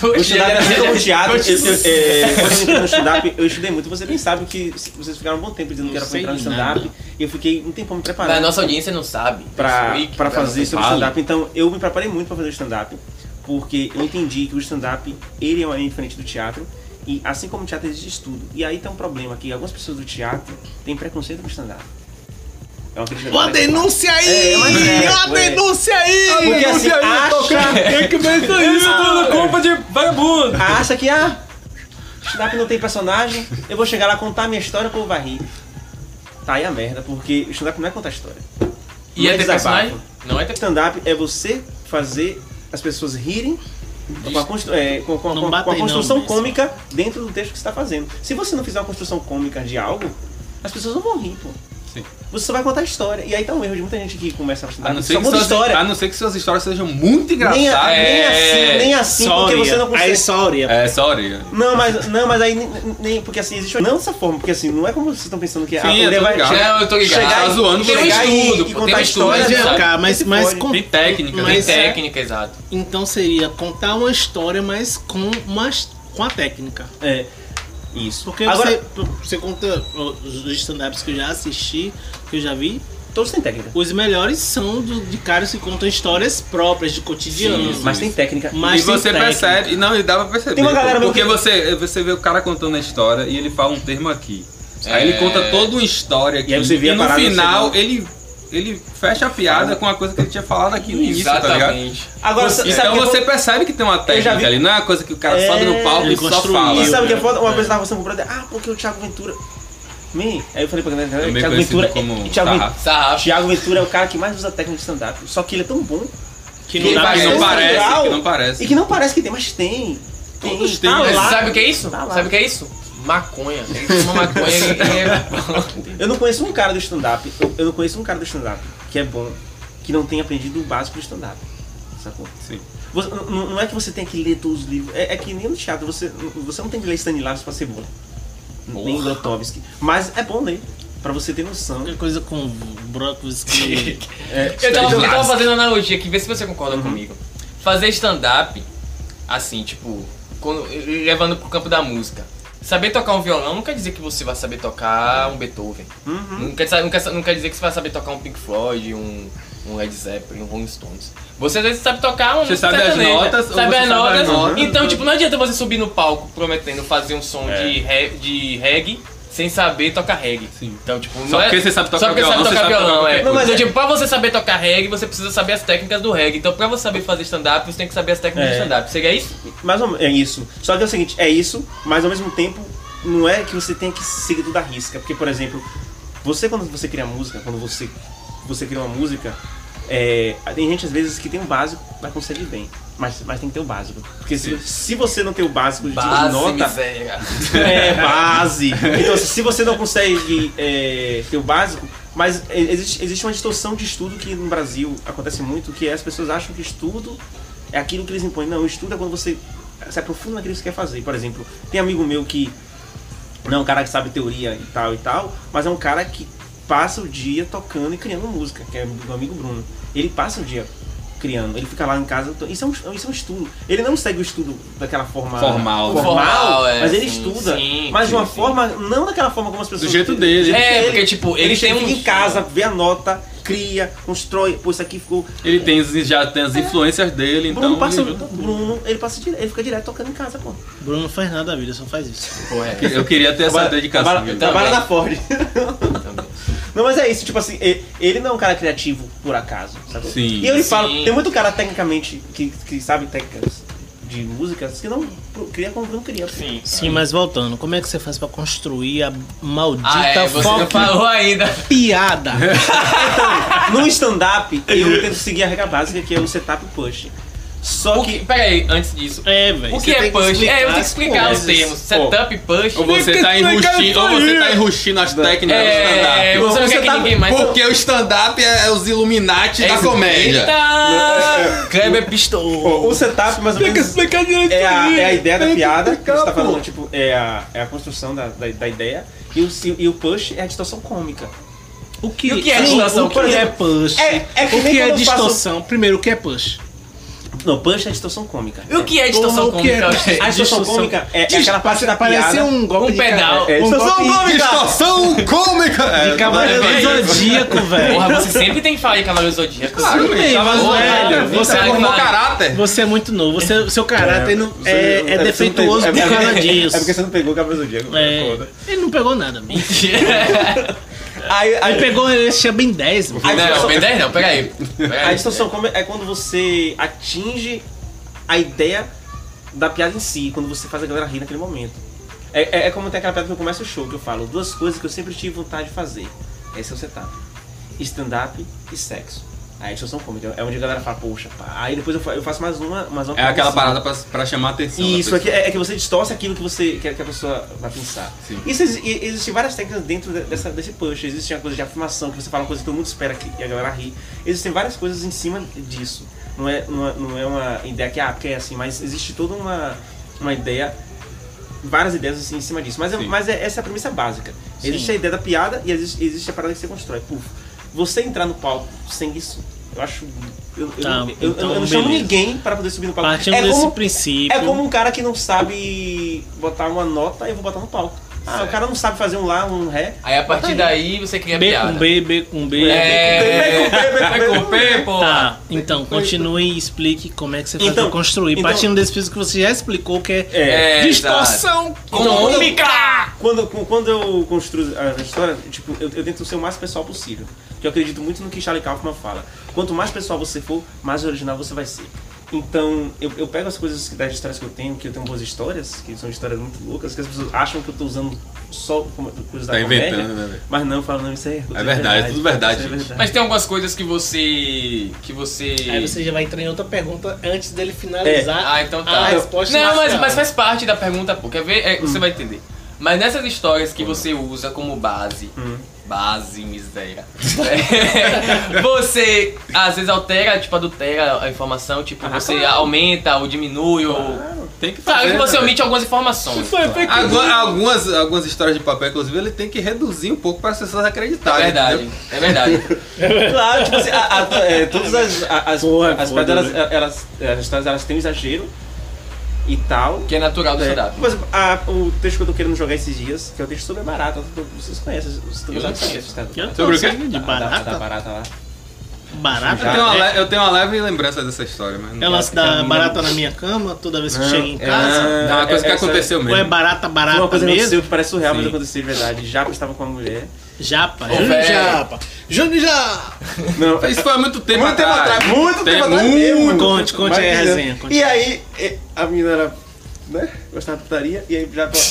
O stand-up, assim como o teatro. eu- eu- é, quando eu entrei no stand-up, eu estudei muito. Vocês nem sabem que vocês ficaram um bom tempo dizendo Não que era pra sei entrar no de stand-up. E eu fiquei um tempão me Mas a preparando nossa audiência não sabe. pra, Explique pra fazer nossa sobre fala. stand-up. Então, eu me preparei muito pra fazer o stand-up. Porque eu entendi que o stand-up, ele é uma linha diferente do teatro. E assim como o teatro existe estudo. E aí tem um problema que algumas pessoas do teatro têm preconceito com o stand-up. É uma crítica Ó a direta. denúncia É, mas aí! é, Ó a ué. denúncia Ah, aí! Porque assim, acha, Tem que ver isso aí, Ah, dando culpa de vagabundo. acha que, ah, stand-up não tem personagem, eu vou chegar lá contar minha história, o povo vai rir. Tá aí a merda, porque stand-up não é contar história. E Não é ter desabafo. personagem? Não é ter Stand-up é você fazer as pessoas rirem com a, constru- é, com- com- Não com- com a batem não, construção mas- cômica dentro do texto que você tá fazendo. Se você não fizer uma construção cômica de algo, as pessoas não vão rir, pô. Sim. Você só vai contar história. E aí tá um erro de muita gente que começa a A stand-up não, só ser que conta suas, história. a não ser que suas histórias sejam muito nem, a- engraçadas. nem assim, nem assim, porque você não consegue. Aí só orelha. É, sorry. Não, mas, não, mas aí nem- nem. Porque assim, existe. Não dessa forma, porque assim, não é como vocês estão pensando que a Sim, eu mulher tô vai. ligado. chegar- Não, eu tô ligado. Chegar Tá e- zoando, chegar tem um e- estudo, e pô, contar tem um estudo, história. Mas né? vem sabe? cá, mas, Se mas fode. com- Tem técnica, né? Tem mas é- técnica, exato. Então seria contar uma história, mas com, mas com a técnica. É. Isso. Porque Agora, você, você conta os stand-ups que eu já assisti, que eu já vi, todos têm técnica. os melhores são do- de caras que contam histórias próprias de cotidiano. Mas tem técnica. Mas e tem você técnica. percebe, e não, e dá pra perceber. Tem uma galera pô, porque meio que- você, você vê o cara contando a história e ele fala um termo aqui. Aí ele conta toda uma história É. aqui. E aí você vê a no parada, final você ele, ele fecha a piada com a coisa que ele tinha falado aqui no início, tá ligado? Exatamente. Agora, sa- sabe Então que é você foda? percebe que tem uma técnica vi- ali, não é uma coisa que o cara É, sobe no palco ele e só construiu, fala. E sabe o que é né? foda? Uma vez eu tava conversando com o brother, ah, porque o Thiago Ventura. Man, aí eu falei pra galera, Também Thiago É conhecido Ventura, é como Thiago, Sarrafo. Sarrafo. Thiago Ventura é o cara que mais usa técnica de stand-up. Só que ele é tão bom Que Que não dá parece, pra não Tem parece, natural. que não parece. é e que não parece que tem, mas tem. Tem, Todos tá têm, Mas lá. sabe o que é isso? Tá lá. sabe o que é isso? Maconha. Ele toma maconha é e Eu não conheço um cara do stand-up, eu, eu não conheço um cara do stand-up que é bom, que não tenha aprendido o básico do stand-up. Sacou? Sim. Você- n- n- não é que você tem que ler todos os livros, é, é que nem no teatro, você, n- você não tem que ler Stanislavski pra ser bom. Nem Grotowski. Mas é bom ler, pra você ter noção. qualquer coisa com brócolis que... Eu tava, eu tava fazendo analogia aqui, vê se você concorda Uhum. comigo. Fazer stand-up, assim, tipo, quando- levando pro campo da música. Saber tocar um violão não quer dizer que você vai saber tocar um Beethoven. Uhum. Não, quer, sa- não, quer, sa- não quer dizer que você vai saber tocar um Pink Floyd, um, um Led Zeppelin, um Rolling Stones. Você às vezes sabe tocar um Você sabe as sertanejo, notas, ou sabe você as sabe notas. as notas. Então, tipo, não adianta você subir no palco prometendo fazer um som É. de, re- de reggae sem saber tocar reggae. Sim. Então, tipo, Só não é- porque você sabe tocar só porque violão, sabe você tocar sabe tocar violão, é. qualquer Não, mas coisa. eu digo, pra você saber tocar reggae, você precisa saber as técnicas do reggae. Então, pra você saber fazer stand-up, você tem que saber as técnicas É. de stand-up. Seria isso? Mais ou menos, é isso. Só que é o seguinte, é isso, mas ao mesmo tempo não é que você tenha que seguir tudo à risca. Porque, por exemplo, você quando você cria música, quando você, você cria uma música, é, tem gente às vezes que tem um básico, mas consegue bem. Mas, mas tem que ter o básico. Porque se, se você não tem o básico de nota, miséria. é base. Então, se você não consegue é, ter o básico, mas é, existe, existe uma distorção de estudo que no Brasil acontece muito, que é as pessoas acham que estudo é aquilo que eles impõem. Não, estudo é quando você se aprofunda naquilo que você quer fazer. Por exemplo, tem amigo meu que não é um cara que sabe teoria e tal e tal, mas é um cara que passa o dia tocando e criando música, que é do amigo Bruno. Ele passa o dia criando, ele fica lá em casa. to- Isso é um, isso é um estudo. Ele não segue o estudo daquela forma Formal. né? formal, Formal, é, mas ele sim, estuda, sim, mas de uma sim, sim. forma, não daquela forma como as pessoas. Do jeito dele. É, porque, tipo, ele tem fica um- em casa, vê a nota, cria, constrói, pô, isso aqui ficou. Ele tem, as- já tem as influências dele, então. É. Bruno passa, ele- Bruno, ele passa direto, ele fica direto tocando em casa, pô. Bruno não faz nada da vida, só faz isso. Correto. Eu queria ter essa dedicação. Trabalha, viu? trabalha também. na Ford. Não, mas é isso, tipo assim, e- ele não é um cara criativo por acaso, sabe? Sim. E eu lhe Sim. falo, tem muito cara tecnicamente que, que sabe técnicas de músicas que não pro- cria como não cria. Sim. Sim, mas voltando, como é que você faz pra construir a maldita Ah, é, você não fucking falou ainda. piada? No stand-up, eu tento seguir a regra básica que é o setup e push. Só O que, que. pera aí, antes disso. É, velho. o que é tem push? explicar é, eu tenho que explicar os coisas. termos. Setup, push. é. Ou você tá enrustindo, ou você tá enrustindo as técnicas do stand-up. É, você não quer que ninguém mais. Porque o stand-up é, é os Illuminati da comédia. Eita! Kleber pistou. Pô, o setup, mais ou menos. explicar direito É a, é a ideia da Tem que piada que explicar, você tá pô. falando, tipo, é a, é a construção da, da, da ideia. E o, e o push é a distorção cômica. O que, E o que é Sim, distorção? O que é push? É- é que o nem que é quando eu faço- distorção? Primeiro, o que é push? Não, push é a distorção cômica. E o que é distorção Ou o que é- cômica? A distorção cômica é, é aquela parte da Parece piada. um golpe Um de pedal. ca- É, um distorção golpe cômica. Distorção cômica! É, de cavaleiro É, velho. zodíaco, velho. Porra, você sempre tem que falar em Cavaleiro Zodíaco. Claro, Tudo bem, bicho. mas, Porra, velho, velho, é você um cara, formou vai. caráter. Você é muito novo, você, seu caráter não- é, Você- é você defeituoso não por pegou- é- causa é- disso. É porque você não pegou o cabelo do Diego. É, ele não pegou nada, mano. Aí, aí- Ele pegou, ele tinha bem 10, mano. a Não, distorção- Ben 10 não, peraí. A Peraí. distorção cômica é quando você atinge a ideia da piada em si, quando você faz a galera rir naquele momento. É, é- é como tem aquela piada que eu começo o show, que eu falo duas coisas que eu sempre tive vontade de fazer. Esse é o setup. Stand-up e sexo. Aí a distorção cômica é onde a galera fala, poxa, pá. Aí depois eu, fa- eu faço mais uma, mais uma É aquela piada em cima. parada pra, pra chamar a atenção. da Isso, é pessoa. que, é é que você distorce aquilo que você quer que a pessoa vai pensar. Sim. Isso, exi- e- existem várias técnicas dentro de- dessa, desse push. Existe uma coisa de afirmação, que você fala uma coisa que todo mundo espera que e a galera ri. Existem várias coisas em cima disso. Não é, não é, não é uma ideia que, ah, porque é assim, mas existe toda uma, uma ideia, várias ideias assim, em cima disso. Mas, é, Sim. mas é- essa é a premissa básica. Existe a ideia da piada e existe, existe a parada que você constrói. Puf, você entrar no palco sem isso, eu acho... Eu, eu, Tá, não- eu- eu- eu então, não chamo beleza. ninguém para poder subir no palco. Partindo é desse como princípio. é como um cara que não sabe botar uma nota e eu vou botar no palco. Ah, o cara não sabe fazer um lá, um ré. Aí a partir daí você cria B com piada. B, B com B. É, vai com P, pô. Tá, então continue e explique como é que você faz Então, pra construir. então- Partindo desse físico que você já explicou, que é, É, distorção Então, Cômica! Quando, cu- quando eu construo a história, tipo, eu, eu tento ser o mais pessoal possível. Porque eu acredito muito no que Charlie Kaufman fala. Quanto mais pessoal você for, mais original você vai ser. Então, eu, eu pego as coisas que- das histórias que eu tenho, que eu tenho boas histórias, que são histórias muito loucas, que as pessoas acham que eu tô usando só como- coisas da Tá comédia, inventando, né, velho? Mas não, eu falo, não, isso é... isso É verdade, é tudo verdade, isso é gente. Mas tem algumas coisas que você. que você. Aí você já vai entrar em outra pergunta antes dele finalizar Ah, então tá. a resposta. não, mas, inicial. mas faz parte da pergunta, pô. Quer ver? É, Você vai entender. Mas nessas histórias que você usa como base. Base, miséria. É, você às vezes altera, tipo, adultera a informação, tipo, você aumenta ou diminui ou. Tem que Claro fazer, que você é um né, omite algumas informações. É Foi fake velho? Agora, algumas, algumas histórias de papel, inclusive, ele tem que reduzir um pouco para as pessoas É acreditarem. verdade, entendeu? é verdade. Claro, tipo assim, a- a- é, todas as, a- as, Porra, as foda, pedras, né? elas, elas, as histórias, elas têm um exagero e tal. Que é natural do É, stand-up. mas a- o texto que eu tô querendo jogar esses dias, que é o texto sobre a barata, todo- vocês conhecem, vocês Eu já não sabem conheço. esse texto. Eu não Sobre o quê? sei, é um De Da- Da, da barata? barata lá. Barata? Eu tenho, uma É- leve, eu tenho uma leve lembrança dessa história, mas não É o lance da barata na minha cama, toda vez que chega em casa. É uma coisa É, que essa- aconteceu Ou é mesmo. barata, Foi barata uma coisa que mesmo? aconteceu que parece surreal, mas Sim. aconteceu de verdade. Já estava com uma mulher. Japa, Ô, Júnior velho. Japa. Júnior Japa! Não, Isso foi há muito tempo Muito tempo atrás, muito Tem tempo atrás muito mesmo. Conte, conte aí a Mas, resenha, conte. E aí, eh, a menina era, né, gostava de putaria, e aí já falou,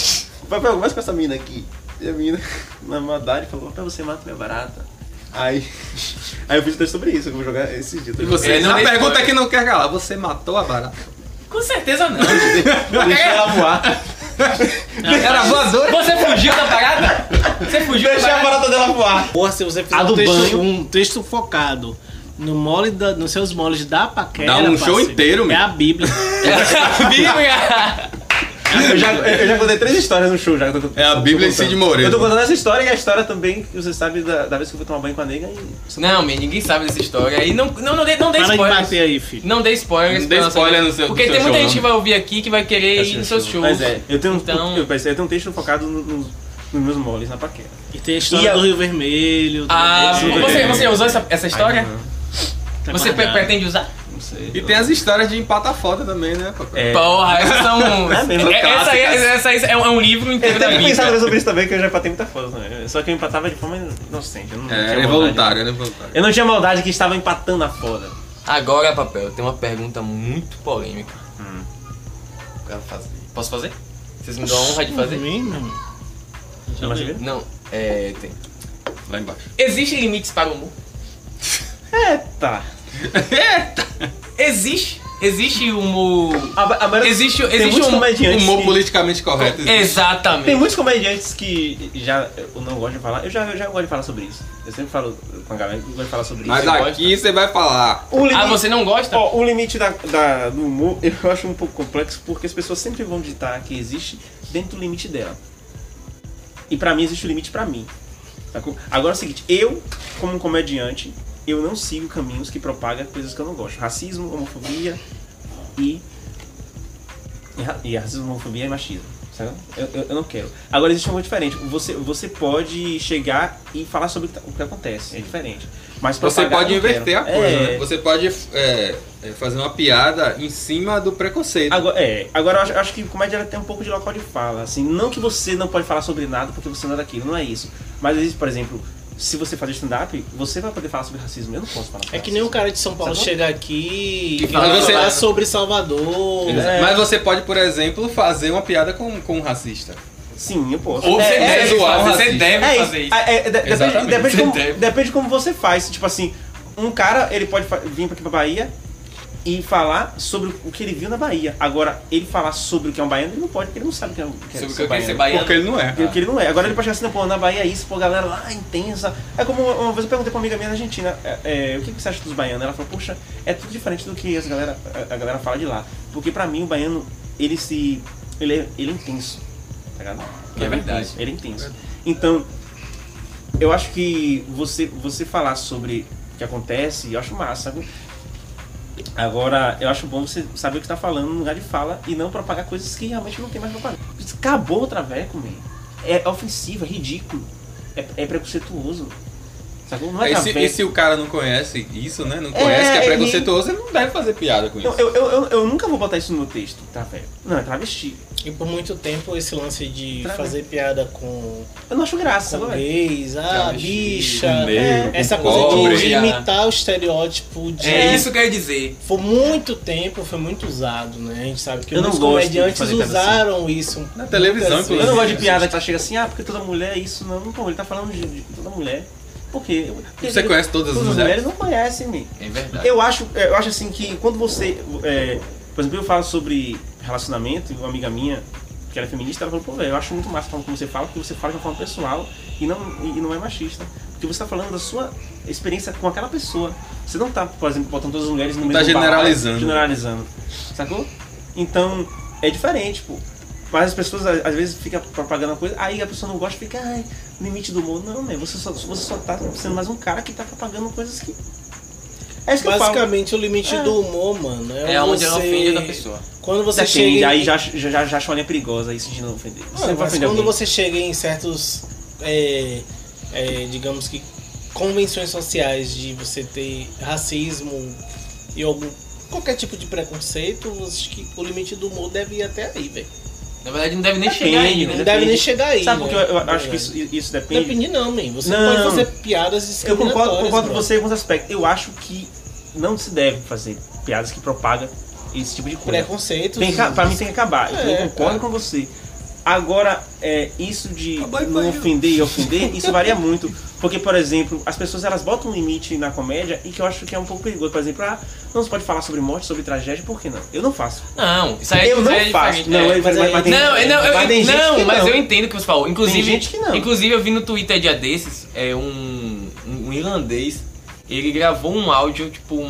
Papel, começa com essa mina aqui. E a menina, na maldade, falou, Papel, você mata minha barata. Aí, aí eu fiz um texto sobre isso, eu vou jogar esse dia. E você, É, não a dei pergunta spoiler. que não quer calar, você matou a barata? Com certeza não. Deixa ela voar. Era voadora? Você fugiu da parada? Você fugiu da Deixa a parada? barata dela voar. Porra, se você fizer A um do texto, banho. um texto focado no mole da, nos seus moles da paquera. Dá um show parceiro, inteiro, É meu. a Bíblia. Bíblia! Eu já, eu já contei três histórias no show, já. que eu tô- É a tô Bíblia em contando. Cid Moreira. eu tô contando essa história e a história também, que você sabe, da, da vez que eu fui tomar banho com a nega e. Não, men, ninguém sabe dessa história. E não, não, não dê, não dê Para de spoilers. bater aí, filho. Não dê spoilers. Não dê pra nossa spoiler audiência. no seu- Porque no tem seu muita show, gente que não. vai ouvir aqui que vai querer ir nos seus shows. Mas é, eu tenho, Então- eu, eu tenho um texto focado no- nos, nos meus moles na paquera. E tem a história E a- do Rio Vermelho. do- Ah, do- você, você usou essa, essa história? tá Você pre- guardado. pretende usar? Não sei. E tem as histórias de empata foda também, né, papai? É. Porra, essas são. É mesmo, essa, aí, essa aí é um é um livro Eu inteiro da tenho que Bíblia. pensar sobre isso também, que eu já empatei muita foda. Né? Só que eu empatava de forma inocente. Eu não É, tinha era maldade. involuntário, era involuntário. Eu não tinha maldade que estava empatando a foda. Agora, papel, tem uma pergunta muito polêmica. Eu Quero fazer. Posso fazer? Vocês me dão a honra de Por fazer? mim, não. Já Mas- deu. Não, é. Tem. Lá embaixo. Existem limites para o humor? É, Tá. Eita! Existe. Existe humor. A, a maioria- Existe, tem existe muitos um. comediantes Humor que- politicamente correto. Exatamente. Tem muito... muitos comediantes que já eu não gosto de falar. Eu já, eu já gosto de falar sobre isso. Eu sempre falo com a galera que eu gosto de falar sobre Mas isso. Um aqui você vai falar. O limite, Ah, você não gosta? ó, o limite da, da- do humor eu acho um pouco complexo porque as pessoas sempre vão ditar que existe dentro do limite dela. E pra mim existe o limite pra mim. sacou? Agora é o seguinte, eu, como um comediante, eu não sigo caminhos que propaga coisas que eu não gosto. Racismo, homofobia e. e ra- E racismo, homofobia e machismo. sabe? Eu, eu- eu não quero. Agora existe um humor diferente. Você, você pode chegar e falar sobre o que tá- o que acontece. É diferente. Mas Você propagar, pode eu não quero. inverter a coisa, É. né? Você pode é, é, fazer uma piada em cima do preconceito. Agora, é, agora eu acho, acho que comédia ela tem um pouco de local de fala, assim, não que você não pode falar sobre nada porque você não é daquilo, não é isso. Mas existe, por exemplo, se você fazer stand-up, você vai poder falar sobre racismo, eu não posso falar sobre É que nem um racismo. cara de São Paulo Sabe? chegar aqui E e fala, falar você- sobre Salvador. É. Mas você pode, por exemplo, fazer uma piada com, com um racista. Sim, eu posso. Ou você é, deve é zoar o fazer, você racista. deve é, fazer isso. é, é, de- depende, Exatamente. depende, Você como, deve. depende de como você faz. Tipo assim, um cara, ele pode fa- vir aqui pra Bahia e falar sobre o que ele viu na Bahia. Agora, ele falar sobre o que é um baiano, ele não pode, porque ele não sabe o que é, o que é Sobre o que ser eu quero baiano. ser baiano. Porque ele não é. Porque que ele não é. Agora ele pode chegar assim, não, pô, na Bahia é isso, pô, galera lá intensa. É como uma, uma vez eu perguntei pra uma amiga minha na Argentina, é, é, o que, que você acha dos baianos? Ela falou, poxa, é tudo diferente do que as galera, a, a galera fala de lá. Porque pra mim o baiano, ele se. ele é, ele é intenso. Tá ligado? É verdade. Intenso, ele é intenso. Então, eu acho que você, você falar sobre o que acontece, eu acho massa, sabe? Agora, eu acho bom você saber o que tá falando no lugar de fala e não propagar coisas que realmente não tem mais propaganda. Isso Acabou o traveco, man. É ofensivo, é ridículo. É, é preconceituoso. Sacou? Não é E se, traveco. e se o cara não conhece isso, né? Não conhece que é e- preconceituoso, ele não deve fazer piada com Eu, isso. eu, eu, eu- eu nunca vou botar isso no meu texto, traveco. Não, é travesti. E por muito tempo esse lance de Travesti. fazer piada com, Eu não é? acho graça, com velho. gays, ah, Travesti, bicha. é, negro, Essa com coisa de- pobre. de imitar o estereótipo de. É isso que eu ia dizer. Foi muito tempo, foi muito usado, né? A gente sabe que Eu não muitos gosto de comediantes fazer piada assim. usaram isso. Na televisão, muitas inclusive. Eu não gosto de vezes. piada que ela chega assim, ah, porque toda mulher é isso, não. Não, pô, ele tá falando de, de toda mulher. Por quê? Porque Você ele- conhece todas as todas as mulheres? mulheres não conhecem, né? man. É verdade. Eu acho, eu acho assim que quando você. é, por exemplo, eu falo sobre relacionamento, e uma amiga minha, que era feminista, ela falou, pô, velho, eu acho muito massa a forma como você fala, porque você fala de uma forma pessoal e não, e não é machista. Porque você tá falando da sua experiência com aquela pessoa. Você não tá, por exemplo, botando todas as mulheres no Não mesmo tá balaio, generalizando. generalizando. Sacou? Então, é diferente, pô. Mas as pessoas a- às vezes ficam propagando uma coisa, aí a pessoa não gosta e fica, ai, limite do mundo. Não, né? Você só, você só tá sendo mais um cara que tá propagando coisas que. É isso que eu falo. Basicamente, o limite É. do humor, mano, é, É onde você... ela ofende a pessoa. Quando você Depende, chega. aí em- já, já, já, já acho uma linha perigosa isso de não ofender. Ah, Sempre vai mas ofender quando alguém. você chega em certos. é, é, digamos que. convenções sociais de você ter racismo e algum. qualquer tipo de preconceito, eu acho que o limite do humor deve ir até aí, velho. Na verdade, não deve nem Depende, chegar aí, né? Não né? deve nem Depende. chegar aí. Sabe porque eu, né? eu acho que Verdade. isso, isso depende? Depende não, man. Você Não. pode fazer piadas Eu discriminatórias. concordo, concordo com bro. você em alguns aspectos. Eu acho que não se deve fazer piadas que propagam esse tipo de coisa. Preconceitos. Tem que, pra mim tem que acabar. É, eu concordo com você. Agora, é, isso de não ofender e ofender, isso varia muito. Porque, por exemplo, as pessoas elas botam um limite na comédia e que eu acho que é um pouco perigoso. Por exemplo, ah, não se pode falar sobre morte, sobre tragédia, por que não? Eu não faço. Não, isso aí eu isso não aí é faço. diferente, Não, é. eu- mas, mas tem, não, eu- não, eu, mas tem gente não, que mas não. eu entendo o que você falou. Inclusive, gente que não. inclusive eu vi no Twitter dia desses, é um, um, um irlandês, ele gravou um áudio, tipo, um,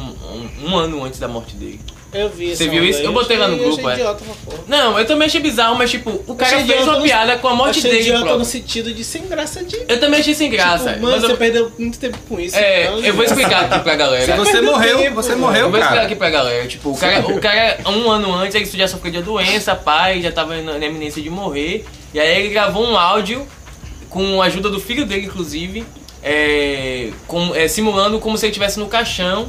um- um ano antes da morte dele. Eu vi Você essa viu onda isso? aí, Eu botei lá no achei- grupo, achei é. idiota pra porra. Não, eu também achei bizarro, mas tipo, o cara Achei fez idiota uma no- piada com a morte achei dele idiota próprio. no sentido de sem graça de. Eu também achei sem graça. Tipo, mano, mas eu- você perdeu muito tempo com isso. é, então, eu vou explicar aqui pra galera. Se você Perdeu morreu, tempo, você velho. morreu, Eu vou explicar cara. aqui pra galera. Tipo, o cara, o cara, um ano antes, ele já sofreu de uma doença, pai, já tava na na eminência de morrer. E aí ele gravou um áudio, com a ajuda do filho dele, inclusive, é, com- é, simulando como se ele estivesse no caixão,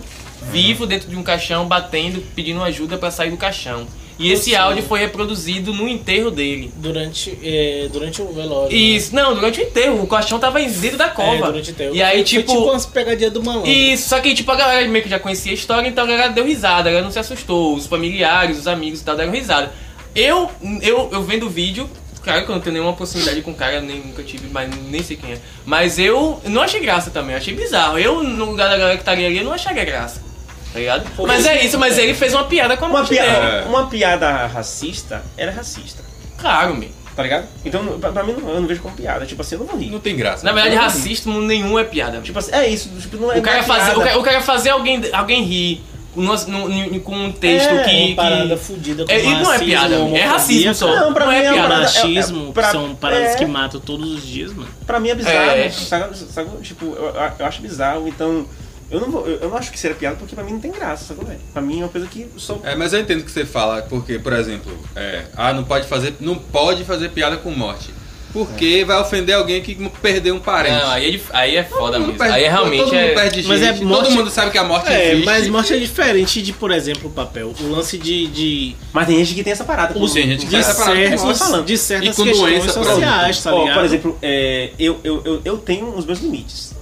vivo dentro de um caixão, batendo, pedindo ajuda pra sair do caixão. E esse Nossa. áudio foi reproduzido no enterro dele. Durante, é, durante o velório. E né? isso, não, durante o enterro, o caixão tava dentro da É, cova. durante o tempo. e aí, Foi tipo, tipo umas pegadinhas do malandro. e só que, tipo, a galera meio que já conhecia a história, então a galera deu risada, a galera não se assustou, os familiares, os amigos e tal deram risada. Eu, eu, eu vendo o vídeo, claro que eu não tenho nenhuma proximidade com o cara, nem nunca tive, mas nem sei quem é. tá Mas eu não achei graça também, achei bizarro. Eu, no lugar da galera que estaria ali, eu não acharia graça. tá ligado? Mas é isso, mas ele fez uma piada com a Uma morte dele. piada, uma piada racista, ela é racista, Claro, meu. tá ligado? Então, pra, pra mim, não- eu não vejo como piada. Tipo assim, eu não vou rir. Não tem graça. Na verdade, racismo nenhum é piada. Tipo assim, é isso. Tipo, não é O cara não é fazer, o piada. cara, o cara fazer alguém, alguém rir com, nós- num- num- com um texto É, que. uma parada que... fudida com É, e não é racismo, piada, é homofobia, racismo só. Não, pra não mim é é uma piada. parada- Machismo, é, pra- que são paradas é. que matam todos os dias, mano. Pra mim é bizarro, É. sabe, sabe? Tipo, eu, eu- eu acho bizarro, então. Eu não, vou, eu eu não acho que seria piada porque pra mim não tem graça, sabe? velho? Pra mim é uma coisa que eu sou. É, mas eu entendo o que você fala, porque, por exemplo, é, ah, não pode fazer, não pode fazer piada com morte. Porque vai ofender alguém que perdeu um parente. É. Não, aí é, dif- aí é foda Todo mundo mesmo. perde- Aí é realmente todo mundo é. perde gente, Mas é morte- todo mundo sabe que a morte É, existe. mas morte é diferente de, por exemplo, o papel. O lance de. de Mas tem gente que tem essa parada. os- gente que de, faz essa parada com certos- morte. falando. de certas E com questões doença, por sociais, tá Ó, ligado? por exemplo, é, eu, eu, eu, eu tenho os meus limites.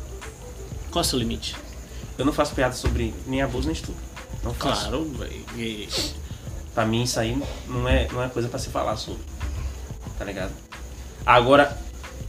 Qual é o seu limite? Eu não faço piada sobre nem abuso nem estupro. Não faço. Claro, velho. E- Pra mim isso aí não é, não é coisa pra se falar sobre. Tá ligado? Agora,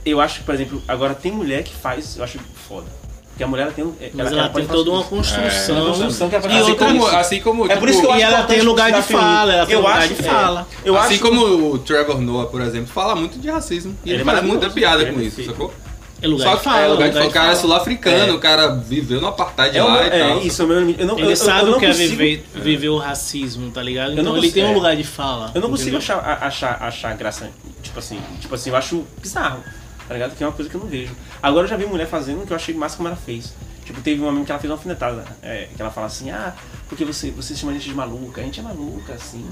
eu acho que, por exemplo, agora tem mulher que faz, eu acho foda. Porque a mulher ela tem. um- Mas ela, pode tem fazer toda tudo uma isso. construção. É, construção que ela pode e fazer Assim outra como, assim como, É por isso que eu E acho ela importante tem lugar de estudar fala, ela tem eu lugar acho, de é, fala. eu assim acho como o Trevor Noah, por exemplo, fala muito de racismo. E ele, Ele é faz muita maravilhoso, piada ele é com isso, perfeito. sacou? é lugar Só de que fala. é lugar de falar, o lugar cara é de fala. sul-africano, o cara viveu no apartheid É, o lá meu- e tal. é isso, é o meu limite. Eu não, eu, Ele eu- sabe eu não o que é consigo, viver, viver o racismo, tá ligado? não Então ele consigo- tem um é. lugar de fala. Eu não consigo entendeu? achar, a- achar, achar graça, tipo assim, tipo assim, eu acho bizarro, tá ligado? Que é uma coisa que eu não vejo. Agora eu já vi mulher fazendo que eu achei massa como ela fez. Tipo, teve uma menina que ela fez uma alfinetada, é, que ela fala assim, ah, porque você, você chama a gente de maluca, a gente é maluca, assim.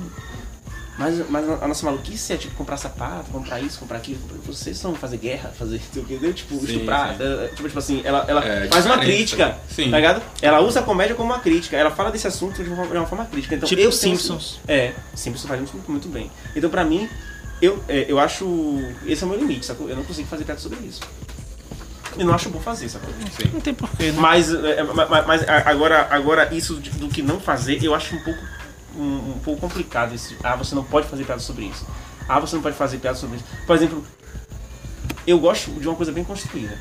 Mas, mas a nossa maluquice é tipo comprar sapato, comprar isso, comprar aquilo, comprar- vocês são fazer guerra, fazer não sei o que, né? tipo, estuprar, é, tipo, tipo assim, ela, ela É, faz uma diferente, crítica, tá? Sim. tá ligado? Ela usa a comédia como uma crítica, ela fala desse assunto de uma, de uma forma crítica. Então, Tipo eu Simpsons. penso- é, sempre isso faz muito, muito bem. Então, pra mim, eu, é, eu acho. Esse é o meu limite, sacou? Eu não consigo fazer piada sobre isso. E não acho bom fazer, sacou? Não tem porquê, né? Mas, é, mas, mas a- agora, agora, isso de- do que não fazer, eu acho um pouco, um, um pouco complicado. Esse, ah, você não pode fazer piada sobre isso. Ah, você não pode fazer piada sobre isso. Por exemplo, eu gosto de uma coisa bem construída.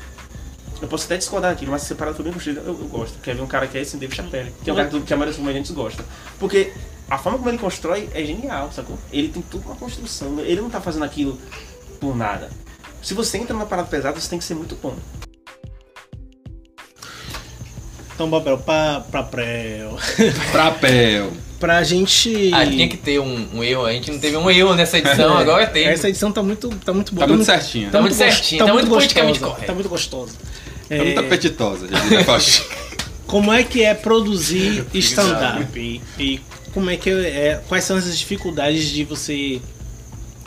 Eu posso até discordar daquilo, mas se separado foi bem construída, eu, eu gosto. Quer ver um cara que é esse David Chapelle, que é um cara que, que a maioria dos comediantes gosta. Porque a forma como ele constrói é genial, sacou? Ele tem toda uma construção, ele não tá fazendo aquilo por nada. Se você entra numa parada pesada, você tem que ser muito bom. Então, papel, pra, pra pré. Trapéu. pra gente. Ah, tinha que ter um, um erro. A gente não teve um erro nessa edição, agora tem. É, Essa edição tá muito, tá muito boa. Tá muito certinho. Tá muito certinho, tá muito politicamente gostosa, correto. Tá muito gostosa. Tá muito É, apetitosa, já diria Faustino. como é que é produzir stand-up? E, e como é que é. Quais são as dificuldades de você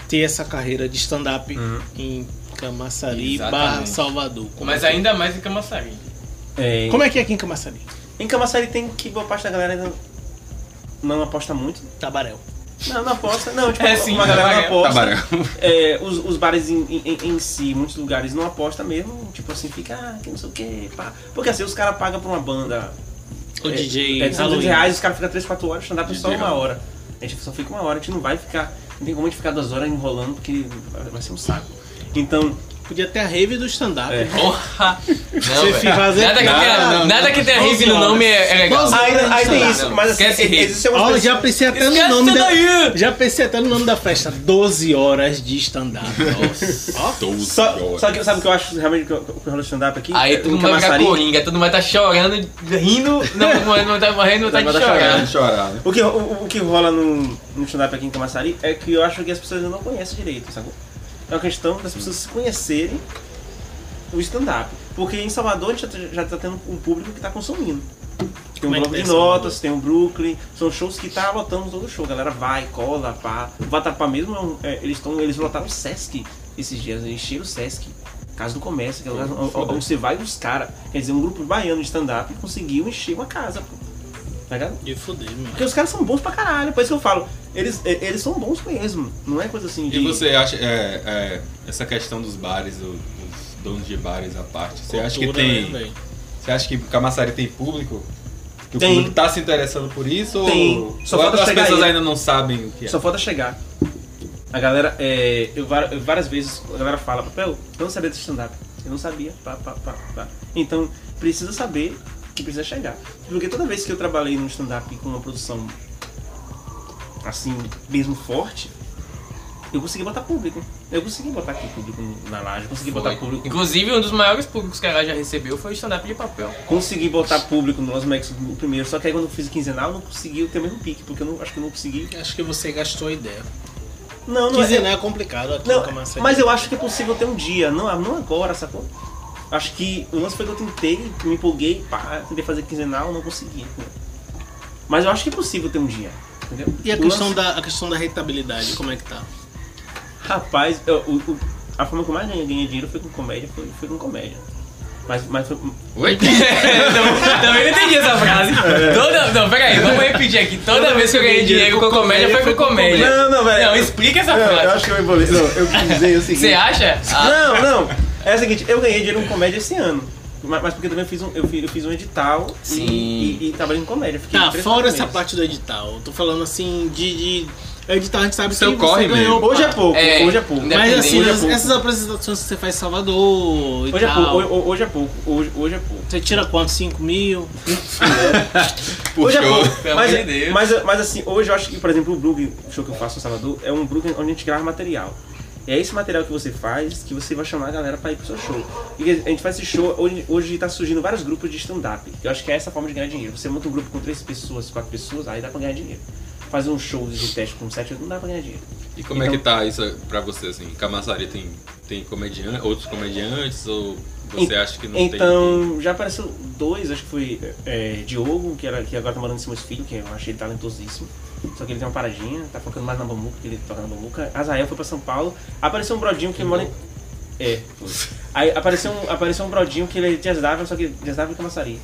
ter essa carreira de stand-up Hum. em Camaçari Exatamente. barra Salvador? Como Mas é que- ainda mais em Camaçari. É, Como é que é aqui em Camaçari? Em Camaçari tem que boa parte da galera não, não aposta muito. Tabarel. Não, não aposta. Não, tipo, É, sim, uma galera não Tabaréu. aposta. Tabarão. É, os, os bares em, em, em si, muitos lugares não aposta mesmo. Tipo assim, fica, ah, que não sei o que, pá. Porque assim, os caras pagam pra uma banda. O é, DJ É, 200 Halloween. reais, os caras ficam 3, 4 horas, stand-up é só DJ uma hora. A gente só fica uma hora, a gente não vai ficar. Não tem como a gente ficar duas horas enrolando, porque vai- vai ser um saco. Então, Podia ter a rave do stand-up. É. Porra! Não, Você velho. fica fazendo- Nada que Não, tenha, não, nada que tenha Doze rave no horas. nome é, é legal. Doze aí, aí tem Não, isso, não, mas assim, esquece rave. existem Ó, algumas já pensei até no Esquece nome isso da... daí! Já pensei até no nome da festa. 12 horas de stand-up. Só, só que sabe o que eu acho realmente que eu- que eu falo do stand-up aqui? É, um Aí no todo mundo vai ficar Camaçari, coringa, todo mundo vai estar chorando, rindo, não, não, não tá morrendo, não tá de Vai tá chorar. Chorando, chorar. O que, o, o que rola no, no stand-up aqui em Camaçari é que eu acho que as pessoas ainda não conhecem direito, sacou? É uma questão das pessoas se conhecerem o stand-up. Porque em Salvador a gente já, tá- já tá tendo um público que tá consumindo. Tem um Como é que bloco tá de em Salvador? notas, tem um Brooklyn, são shows que tá lotando todo show. A galera vai, cola, pá. O Vatapá mesmo, é um- é, eles, tão, eles lotaram o Sesc esses dias, eles encheram o Sesc. Casa do Comércio, que é o lugar onde- onde você vai os caras. Quer dizer, um grupo baiano de stand-up conseguiu encher uma casa, pô. Tá ligado? De fuder, mano. Porque os caras são bons pra caralho, por isso que eu falo. Eles, e- eles são bons mesmo. Não é coisa assim de. E você acha é, é, essa questão dos bares, o- os donos de bares à parte? Você acha que Cultura, tem? né, velho? você acha que Camaçari tem público? Que o Tem. público tá se interessando por isso? Tem. Ou, Só ou falta as chegar pessoas aí. ainda não sabem o que é? Só falta chegar. A galera, é, eu, var- eu várias vezes a galera fala, papel, eu não sabia desse stand-up. Eu não sabia, pá, pá, pá, pá. Então, precisa saber que que precisa chegar. Porque toda vez que eu trabalhei no stand-up com uma produção assim, mesmo forte, eu consegui botar público. Eu consegui botar aqui público na laje, consegui botar público. Inclusive, um dos maiores públicos que a Lara já recebeu foi o stand-up de papel. Consegui botar público no Las Max no primeiro, só que aí quando eu fiz o quinzenal eu não consegui ter o mesmo pique, porque eu não, acho que eu não consegui. Acho que você gastou a ideia. Não, não é- Quinzenal é complicado aqui Não, começa mas eu acho que é possível ter um dia, não, não agora, sacou? Acho que o lance foi que eu tentei, que me empolguei, pá, tentei fazer quinzenal, não consegui. entendeu? Mas eu acho que é possível ter um dia, entendeu? E a O questão, lance- da, a questão da rentabilidade, como é que tá? Rapaz, eu- o- o- a forma que eu mais ganhei, ganhei dinheiro foi com comédia, foi, foi com comédia. Mas, mas foi, Oi? Então, Também não entendi essa frase. Toda, não, peraí, vamos repetir aqui. Toda vez que eu ganhei dinheiro com comédia, foi com comédia. Não, não, velho. Não, explica É, essa Não, eu frase. acho que eu embolei. Não, eu quis dizer o seguinte. Você acha? Ah, Não, não. É o seguinte, eu ganhei dinheiro com comédia esse ano. Mas, mas porque também eu fiz um, eu fiz, eu fiz um edital e- Sim. E, e trabalhei em comédia. Fiquei Tá, três fora meses. essa parte do edital. Eu tô falando assim de. de edital a gente sabe Seu que corre você ganhou. mesmo. Hoje é pá. pouco, É, hoje é pouco. ainda- Mas Dependendo, assim, hoje é as- pouco. essas apresentações que você faz em Salvador e Hoje é tal. pouco, ho- ho- hoje é pouco, hoje, hoje é pouco. Você tira quanto? 5 mil? Hoje é Puxou. pouco. Pelo Mas, amor de Deus. mas, mas assim, hoje eu acho que, por exemplo, o Brug, o show que eu faço no Salvador, é um Brug onde a gente grava material. E é esse material que você faz que você vai chamar a galera pra ir pro seu show. E a gente faz esse show, hoje, hoje tá surgindo vários grupos de stand-up. Eu acho que é essa a forma de ganhar dinheiro. Você monta um grupo com três pessoas, quatro pessoas, aí dá pra ganhar dinheiro. Fazer um show de teste com sete, não dá pra ganhar dinheiro. E como é que Então. tá isso pra você, assim? Camaçari tem, tem comedian- outros comediantes ou você acha que não tem? Então, já apareceu dois, acho que foi é, Diogo, que, era, que agora tá morando em Simões Filho, que eu achei ele talentosíssimo. Só que ele tem uma paradinha, tá focando mais na Bambuca, porque ele toca na Bambuca. Azael foi pra São Paulo. Apareceu um brodinho que mora em. É, foi. Aí apareceu um, apareceu um brodinho que ele é de Asdávia, só que de Asdávia e Camaçari.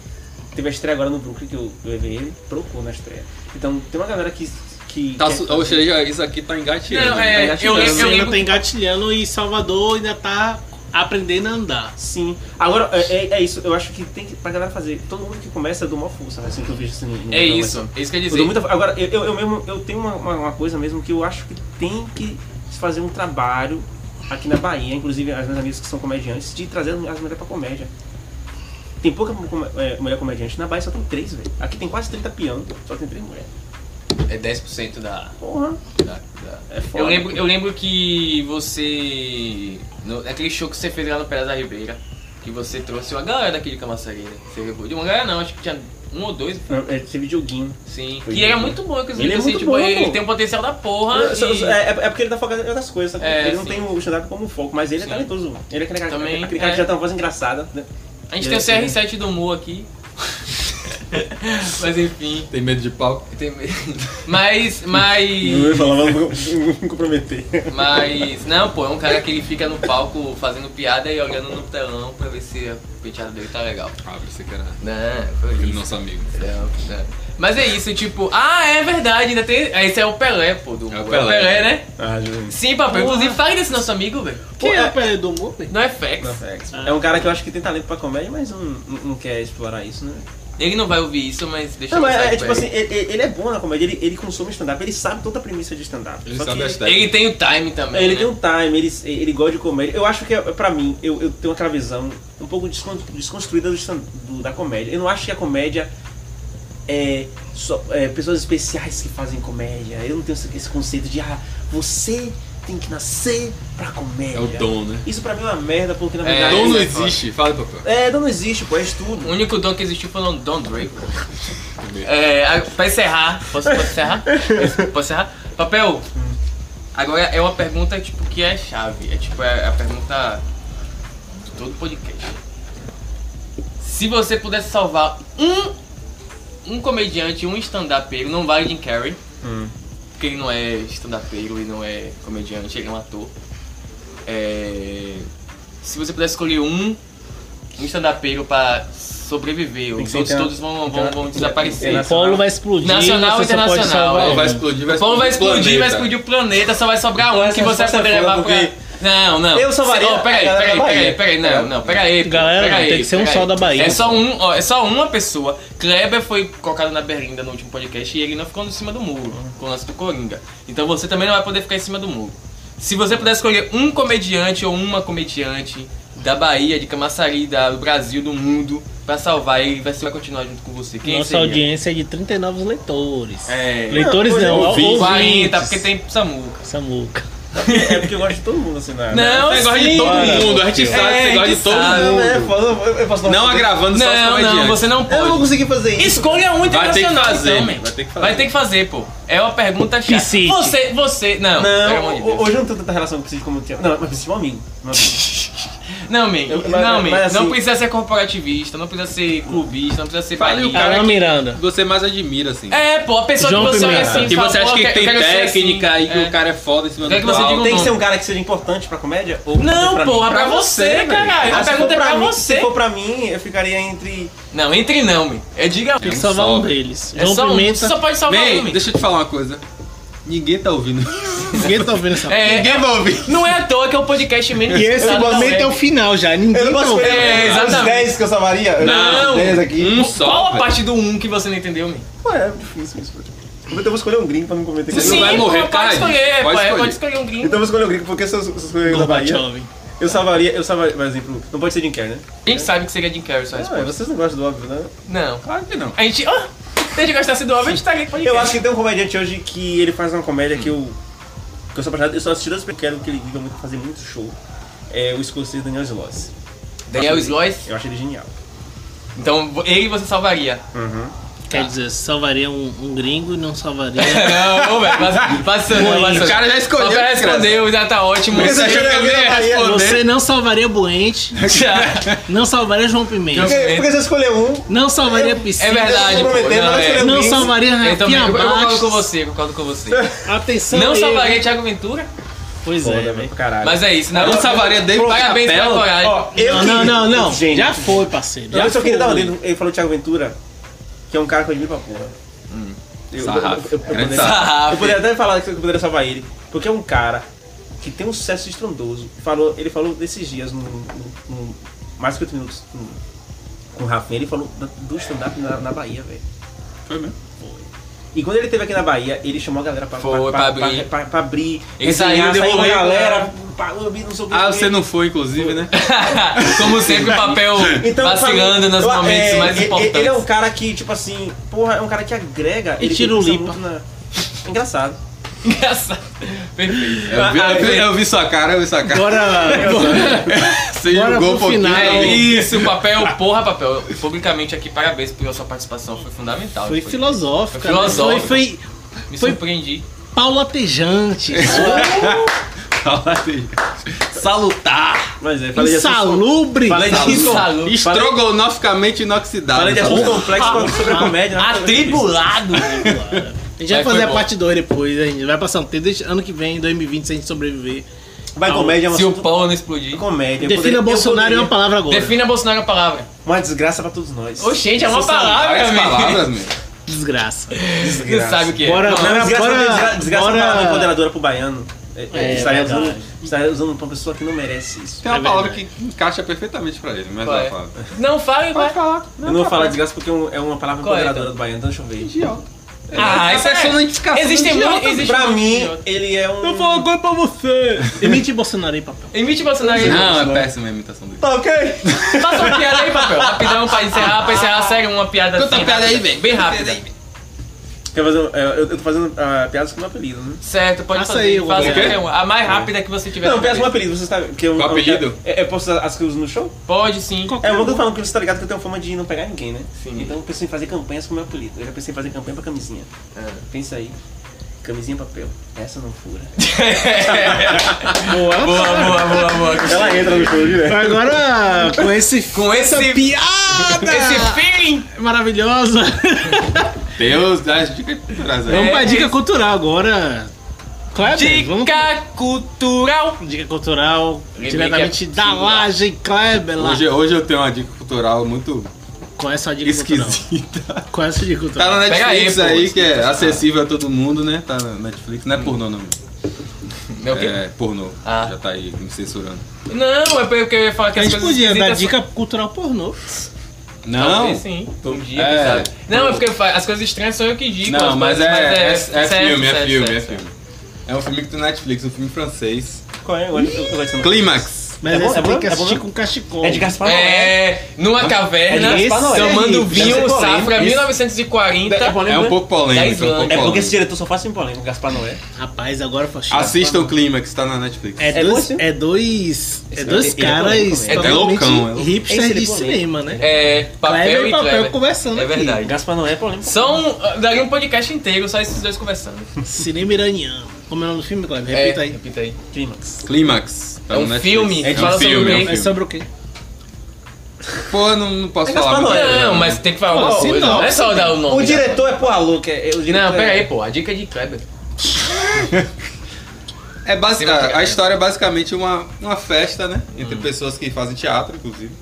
Teve a estreia agora no Brooklyn, que eu, eu levei ele, trocou na estreia. Então, tem uma galera que. que é Tá que- su- Ou seja, isso aqui tá engateando. Não, é, Tá eu engateando. lembro- Você eu ainda tá engatilhando e Salvador ainda tá aprendendo a andar. Sim. Agora, é, é- é isso, eu acho que tem que, pra galera fazer. Todo mundo que começa é do maior força, assim, que eu vejo assim. no- é no- isso, é isso que eu ia Eu dou dizer. muita- Agora, eu, eu, eu mesmo eu tenho uma, uma, uma coisa mesmo que eu acho que tem que se fazer um trabalho aqui na Bahia, inclusive as minhas amigas que são comediantes, de trazer as mulheres pra comédia. Tem pouca com- é, mulher comediante. Na Bahia só tem três, velho. Aqui tem quase 30 pianos, só tem três mulheres. É 10% da. Porra, da- da- é foda. Eu lembro, eu lembro que você. No, naquele show que você fez lá no Pedra da Ribeira, que você trouxe uma galera daquele Camaçari, né? Você levou de uma galera não, acho que tinha um ou dois, Não, é, Teve Dioguinho. sim. Foi que era bom. muito bom, inclusive. Ele é assim, muito tipo, bom, ele pô. tem um potencial da porra. Eu- eu- e- eu- é, é porque ele tá focado em outras coisas, sabe? É, ele não sim. tem o stand-up como foco, mas ele Sim. é talentoso. Ele é aquele cara, Também, aquele cara é. que já tem uma voz engraçada, né? A gente tem o CR7 do Mu aqui. mas enfim. Tem medo de palco? tem- Mas, mas. Eu ia falar, mas não vou me comprometer. Mas. Não, pô, é um cara que ele fica no palco fazendo piada e olhando no telão pra ver se a penteada dele tá legal. Ah, você que era Né, Não, foi aquele isso. nosso amigo. é Não, um não. Mas é isso, tipo, ah, é verdade, ainda tem. ah, Esse é o Pelé, pô, do É o Mu. Pelé. né? Ah, Juninho. Sim, papai. Inclusive, fale desse nosso amigo, velho. Quem é o Pelé do Mundo? Não é fax. Não, é. É um cara que eu acho que tem talento pra comédia, mas não, não não quer explorar isso, né? Ele não vai ouvir isso, mas deixa Não, eu mas pensar é, aqui, tipo velho. assim, ele, ele- ele é bom na comédia, ele, ele consome stand-up, ele sabe toda a premissa de stand-up. Ele Só sabe que as técnicas. Ele tem o time também. ele né? tem um time, ele, ele gosta de comédia. Eu acho que, é- pra mim, eu, eu tenho aquela visão um pouco descon- desconstruída do stand- do- da comédia. Eu não acho que a comédia é, só, é pessoas especiais que fazem comédia. Eu não tenho esse, esse conceito de, ah, você tem que nascer pra comédia. É o dom, né? Isso pra mim é uma merda, porque na É, verdade... assim, dom não é existe. Fala, papai. É, não existe, pô, é estudo. O único dom que existiu foi o Don Draper. É, a- pra encerrar, posso, posso encerrar? Posso encerrar? Papel, agora é uma pergunta tipo, que é chave. É tipo é a pergunta de todo podcast. Se você pudesse salvar um, um comediante, um stand-upeiro, não vale Jim Carrey, Hum. porque ele não é stand-upeiro, ele não é comediante, ele é um ator. É, se você pudesse escolher um, um stand-upeiro pra sobreviver, Tem que os ser outros interna- todos vão, vão, vão interna- desaparecer. O Polo vai explodir. Nacional e você só pode internacional. salvar Paulo ele. vai explodir, vai O povo vai explodir o explodir, vai planeta. explodir o planeta, só vai sobrar um que você essa vai resposta poder é levar foda, pra. Não, não. Eu salvaria Ó, peraí, a galera peraí, da peraí, Bahia. peraí, não, não, peraí. pô, é Galera, peraí, tem que ser um peraí. só da Bahia. É só um, ó, é só uma pessoa. Kleber foi colocado na berlinda no último podcast e ele não ficou em cima do muro, com o lance do Coringa. Então você também não vai poder ficar em cima do muro. Se você pudesse escolher um comediante ou uma comediante da Bahia, de Camaçari, da- do Brasil, do mundo, pra salvar e vai, ser- vai continuar junto com você. Quem Nossa seria? audiência é de 39 leitores. É. Leitores não, Ouvintes. ouvintes. 40, porque tem Samuca. Samuca. É porque eu gosto de todo mundo assim né? na. na- Não, Você gosta de sim. todo mundo, a gente sabe que você É, gosta a de gente todo sabe. né? mundo. É, foda, eu- eu posso dar uma- Não agravando só os Não, não, comediantes. você não Eu não vou pode. conseguir fazer isso. Escolha um Vai ter que internacional, fazer, então, né? man. Vai ter que fazer. Vai ter que fazer, pô. É uma pergunta chata. Piscite. Você, você. Não, pelo amor de Não, Deus. ho- hoje eu não tenho tanta relação com o Psyche como eu tinha. Não, mas preciso de um amigo. Um amigo. Não, man. Eu- mas- não, man. mas assim- não precisa ser corporativista, não precisa ser clubista, não precisa ser Fale o farinha. cara Carol que- Miranda. Você mais admira, assim. É, pô, a pessoa João que você olha Pimenta. assim Que fala, você acha pô, que eu tem quero ser técnica assim. e que É. o cara é foda em cima Quer do que você palco. diga um Tem que nome. ser um cara que seja importante pra comédia? Ou Não, pra porra, mim? pra Pra você, você, caralho. Ah, A se pergunta for é pra mim- tipo- você. Se for pra mim, eu ficaria entre. Não, entre não, me. É diga. Tem que salvar um deles. É João só um, Pimenta. você só pode salvar um, Bem, man. deixa eu te falar uma coisa. Ninguém tá ouvindo. Ninguém tá ouvindo essa É, ninguém vai ouvir. Não é à toa que é o podcast menos E esse escutado da momento web. é o final já. Ninguém Eu não tá Então, posso ouvindo. escolher um, né? É, os exatamente. 10 que eu salvaria. Não. Os 10 aqui. Um Qual só, a velho. parte do um que você não entendeu, me? Pô, é difícil isso. pô. Então eu vou escolher um gringo pra não cometer Você crime. vai pô, morrer, pode caralho. escolher, pô, Pode é, escolher. pode escolher um Então gringo. eu vou escolher um gringo, porque se eu se eu escolher um da Bahia, Gorbachev. eu salvaria, eu salvaria, por exemplo, não pode ser Jim Carrey, né? A gente sabe que seria Jim Carrey Ah, sua é, resposta. vocês não gostam do óbvio, né? Não. Claro que não. A gente... Oh, se a gente gostasse do óbvio, a gente tá aqui com Eu acho que tem um comediante hoje que ele faz uma comédia que eu. Que eu sou apaixonado. Eu só assisti duas porque eu quero que ele diga muito fazer muito show. É o escocês Daniel Sloss. Daniel Sloys, Eu acho ele genial. então ele você salvaria. Quer dizer, salvaria um, um gringo e não salvaria. Não, não, velho, passa- passando, passando. O cara já O escolheu. cara desgraça. respondeu, já tá ótimo. Você achou que eu não ia né? responder? Você não salvaria Buente, Já. não salvaria João Pimenta, Porque, porque se eu escolher um, não salvaria Piscina, É verdade, pô. prometendo, Não, mas é. escolher um é não gringo. salvaria Eu também, Rafinha Então, eu, eu concordo com Bastos. você, eu concordo com você. Atenção Não aí, salvaria hein? Thiago Ventura, Pois é, velho. Caralho. mas é isso, né? Eu não salvaria David Parabéns pela Chapelle. coragem. Ó, eu Não, queria- não, não, não. Gente, Já foi, parceiro. Eu Já só foi. queria dar uma dele. Ele falou Thiago Ventura, que é um cara que eu admiro pra porra. Eu- eu- Sarrafo. eu- eu- eu Grande poderia- sarrafo. Eu poderia até falar que eu poderia salvar ele, porque é um cara que tem um sucesso estrondoso. Falou, ele falou desses dias, no, no- no- mais de 50 minutos no- com o Rafinha, ele falou da- do stand-up na, na Bahia, velho. Foi mesmo. E quando ele esteve aqui na Bahia, ele chamou a galera pra, Foi, pra, pra abrir. pra- pra abrir. Ele saiu, resenhar, devolveu saiu a pra- galera. pá, eu vi, não sei o que, Ah, não sei você o que. não foi, inclusive, né? Como sempre, o papel vacilando pra mim, nos Então, eu- momentos é, mais ele- importantes. Ele é um cara que, tipo assim, porra, é um cara que agrega. ele tira o pensa limpa. muito Na... É Engraçado. Engraçado. Perfeito. Eu vi, eu vi- eu vi sua cara, eu vi sua cara. Bora, bora. Você bora julgou um pro pouquinho. final. É isso, papel, porra, papel. Publicamente aqui, parabéns pela sua participação, foi fundamental. Foi filosófica. né? Foi, filosófica. foi Me foi- surpreendi. paulatejante. Salutar. Mas é, falei de assunto- Insalubre. Falei de assunto- Insalubre. Estrogonoficamente inoxidável. Falei de assunto complexo quando- sobre a comédia. né? Atribulado. A gente vai Aí foi fazer a bom. parte 2 depois, a gente vai passar um tempo. Deixa- Ano que vem, 2020, se a gente sobreviver. Vai comédia, é um Se o assunto- pau não explodir. Comédia. eu Defina poderia- eu Bolsonaro em uma poderia- palavra agora. Defina Bolsonaro a palavra. Uma desgraça pra todos nós. Oxente, é uma Vocês são palavra, Várias meu amigo. palavras, meu. Desgraça. Você sabe o que é. Bora, Não, bora, Desgraça, bora, desgra- desgraça é uma bora. palavra empoderadora pro baiano. É, é, É, estaria verdade. usando, estaria usando pra uma pessoa que não merece isso. Tem uma É palavra que verdade. encaixa perfeitamente pra ele, mas Qual vai é? falar. Não, fale, vai. falar. Eu não vou falar desgraça porque é um- é uma palavra Qual é, empoderadora então? do baiano, então deixa eu ver. Idiota. Ah, isso é personificação Existem do muitos. idiota. Existe Pra muito mim, idiota. ele é um. Vou falar agora pra você. Emite Bolsonaro aí, papel. Emite Bolsonaro aí. Não, é péssima a imitação dele. Tá ok? Faça uma piada aí, papel. Rapidão pra encerrar, pra encerrar, sério, uma piada Conta assim, a piada aí, rápida. velho. Bem Conta a piada rápida. aí, velho. Quer fazer um- é, eu, eu tô fazendo ah, piadas com meu apelido, né? Certo, pode Faça fazer. aí, eu vou Faça ver. qualquer uma. A mais rápida que você tiver. Não, na piadas com meu cabeça. apelido, você sabe. Que eu, Com eu- apelido? É, é, posso usar as que eu uso no show? Pode sim. É, eu vou falando que você tá ligado que eu tenho fama de não pegar ninguém, né? Sim. Então eu pensei em fazer campanhas com meu apelido. Eu já pensei em fazer campanha pra camisinha. É. Pensa aí. Camisinha papel. Essa não fura. é? Boa, boa, boa, boa. Ela entra no show direto. Agora, com esse Com esse. piada Esse feeling. maravilhosa, Deus, né? dá as dicas culturais aí. vamos pra É, dica esse- cultural agora. Kleber, vamos Dica cultural. Dica cultural, Lembrei diretamente que é da singular. laje Kleber. lá. Hoje, hoje eu tenho uma dica cultural muito Qual é a sua dica cultural? esquisita. Qual é a sua dica Tá cultural? na Pega aí, Netflix pô, aí, isso que que eu é tô acessível a todo mundo, né? Tá na Netflix. Não é pornô, não. É o quê? É pornô. Ah. Já tá aí me censurando. Não, é porque eu ia falar que A as gente coisas. podia dar esquisitas são- dica cultural pornô. Não, Talvez sim. Um dia, É. quem sabe. Não, é porque fa- as coisas estranhas sou eu que digo. as não, mas é, coisas- é, é, certo, filme, é certo, filme, é certo, filme. É um filme que tem na Netflix, um filme francês. Qual é? Eu gosto eu gosto de- Clímax. Mas É bom, essa é bom, tem que é bom assistir mesmo? com cachecol. É de Gaspar Noé. né? É, numa caverna, é de Gaspar Noé. tomando Deve ser vinho polêmico. safra Isso. 1940. É polêmico, É um né? pouco polêmico, é É um pouco É porque esse polêmico. diretor só faz em polêmico, Gaspar Noé. Rapaz, agora foi chique. Assista o Clímax, tá na Netflix. É É bom dois, esse filme? é dois, é Esse dois ele é polêmico caras mesmo. É totalmente loucão, é loucão. hipster Esse ele de é polêmico. cinema, né? É, papel Kleber e e papel Kleber. conversando É aqui. verdade. Gaspar Noé é polêmico. São. Daria um podcast inteiro, só esses dois conversando. Cinema iraniano. Como é o nome do filme, Cleber? É, Repita aí. Repita aí. Clímax. Clímax. tá É na um Netflix. filme, É fala um sobre filme, o é bem. um É filme. sobre o quê? Pô, eu não, não posso É falar. Gaspar muita Noé. coisa, Não, né? mas tem que falar Pô, alguma assim coisa. não. Não é só dar o nome. O né? diretor é porra louca. é- o diretor Não, pera é- aí, pô. A dica é de Kleber. É basic, Clímax. a, a história é basicamente uma, uma festa, né? Entre pessoas que fazem teatro, inclusive.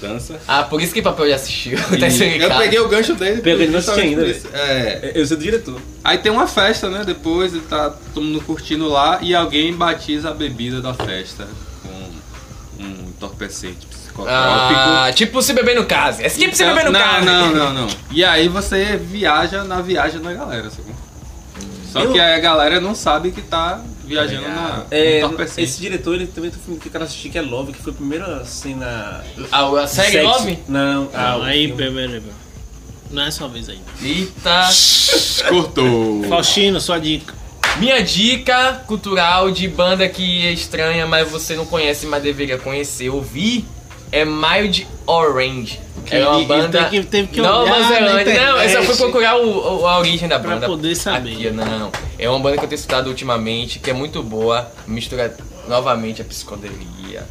Dança. Ah, por isso que papel já assistiu. Tá E eu explicado. peguei o gancho dele. Pegou ele, não assisti ainda, justamente por isso. É. É, Eu sou do diretor. Aí tem uma festa, né? Depois e tá todo mundo curtindo lá e alguém batiza a bebida da festa com um entorpecente psicotrópico. Ah, tipo se beber no case. É tipo se Então- beber no não, case. Não, não, não. E aí você viaja na viagem da galera, sacou? Só Eu- que a galera não sabe que tá viajando na Legal. no assim. É, assim. entorpecente. esse diretor, ele também tem um filme que eu quero assistir, que é Love, que foi a primeira cena... A, a série sexo. Love? Não. ah, o aí, filme. peraí, peraí. Não é sua vez ainda. Eita. Cortou. Faustino, sua dica. Minha dica cultural de banda que é estranha, mas você não conhece, mas deveria conhecer, ouvir, é Mild Orange. é uma e- e banda. tem que- teve que Nova olhar na Zelândia. Não, eu só fui internet. procurar o- o- a origem da Pra banda. poder saber. Aqui, não. É uma banda que eu tenho estudado ultimamente, que é muito boa. Mistura novamente a psicodelia.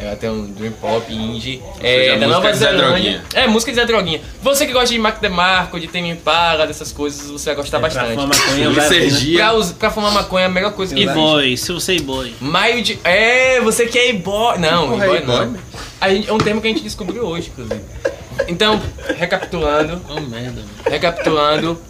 Ela tem um dream pop indie. seja, É, da música Nova de Zé Zelândia. Droguinha. É, música de Zé Droguinha. Você que gosta de Mark DeMarco, de Temi Impala, dessas coisas, você vai É gostar Pra bastante. fumar maconha, Luiz vai ali, né? Sergia. Pra, us- pra fumar maconha é a melhor coisa que E existe. boy, se você é boy. Maio de. É, você que é boy. Não, Porra, boy é não. e-boy? A gente- é um termo que a gente descobriu hoje, inclusive. Então, recapitulando, Oh, merda, mano. recapitulando.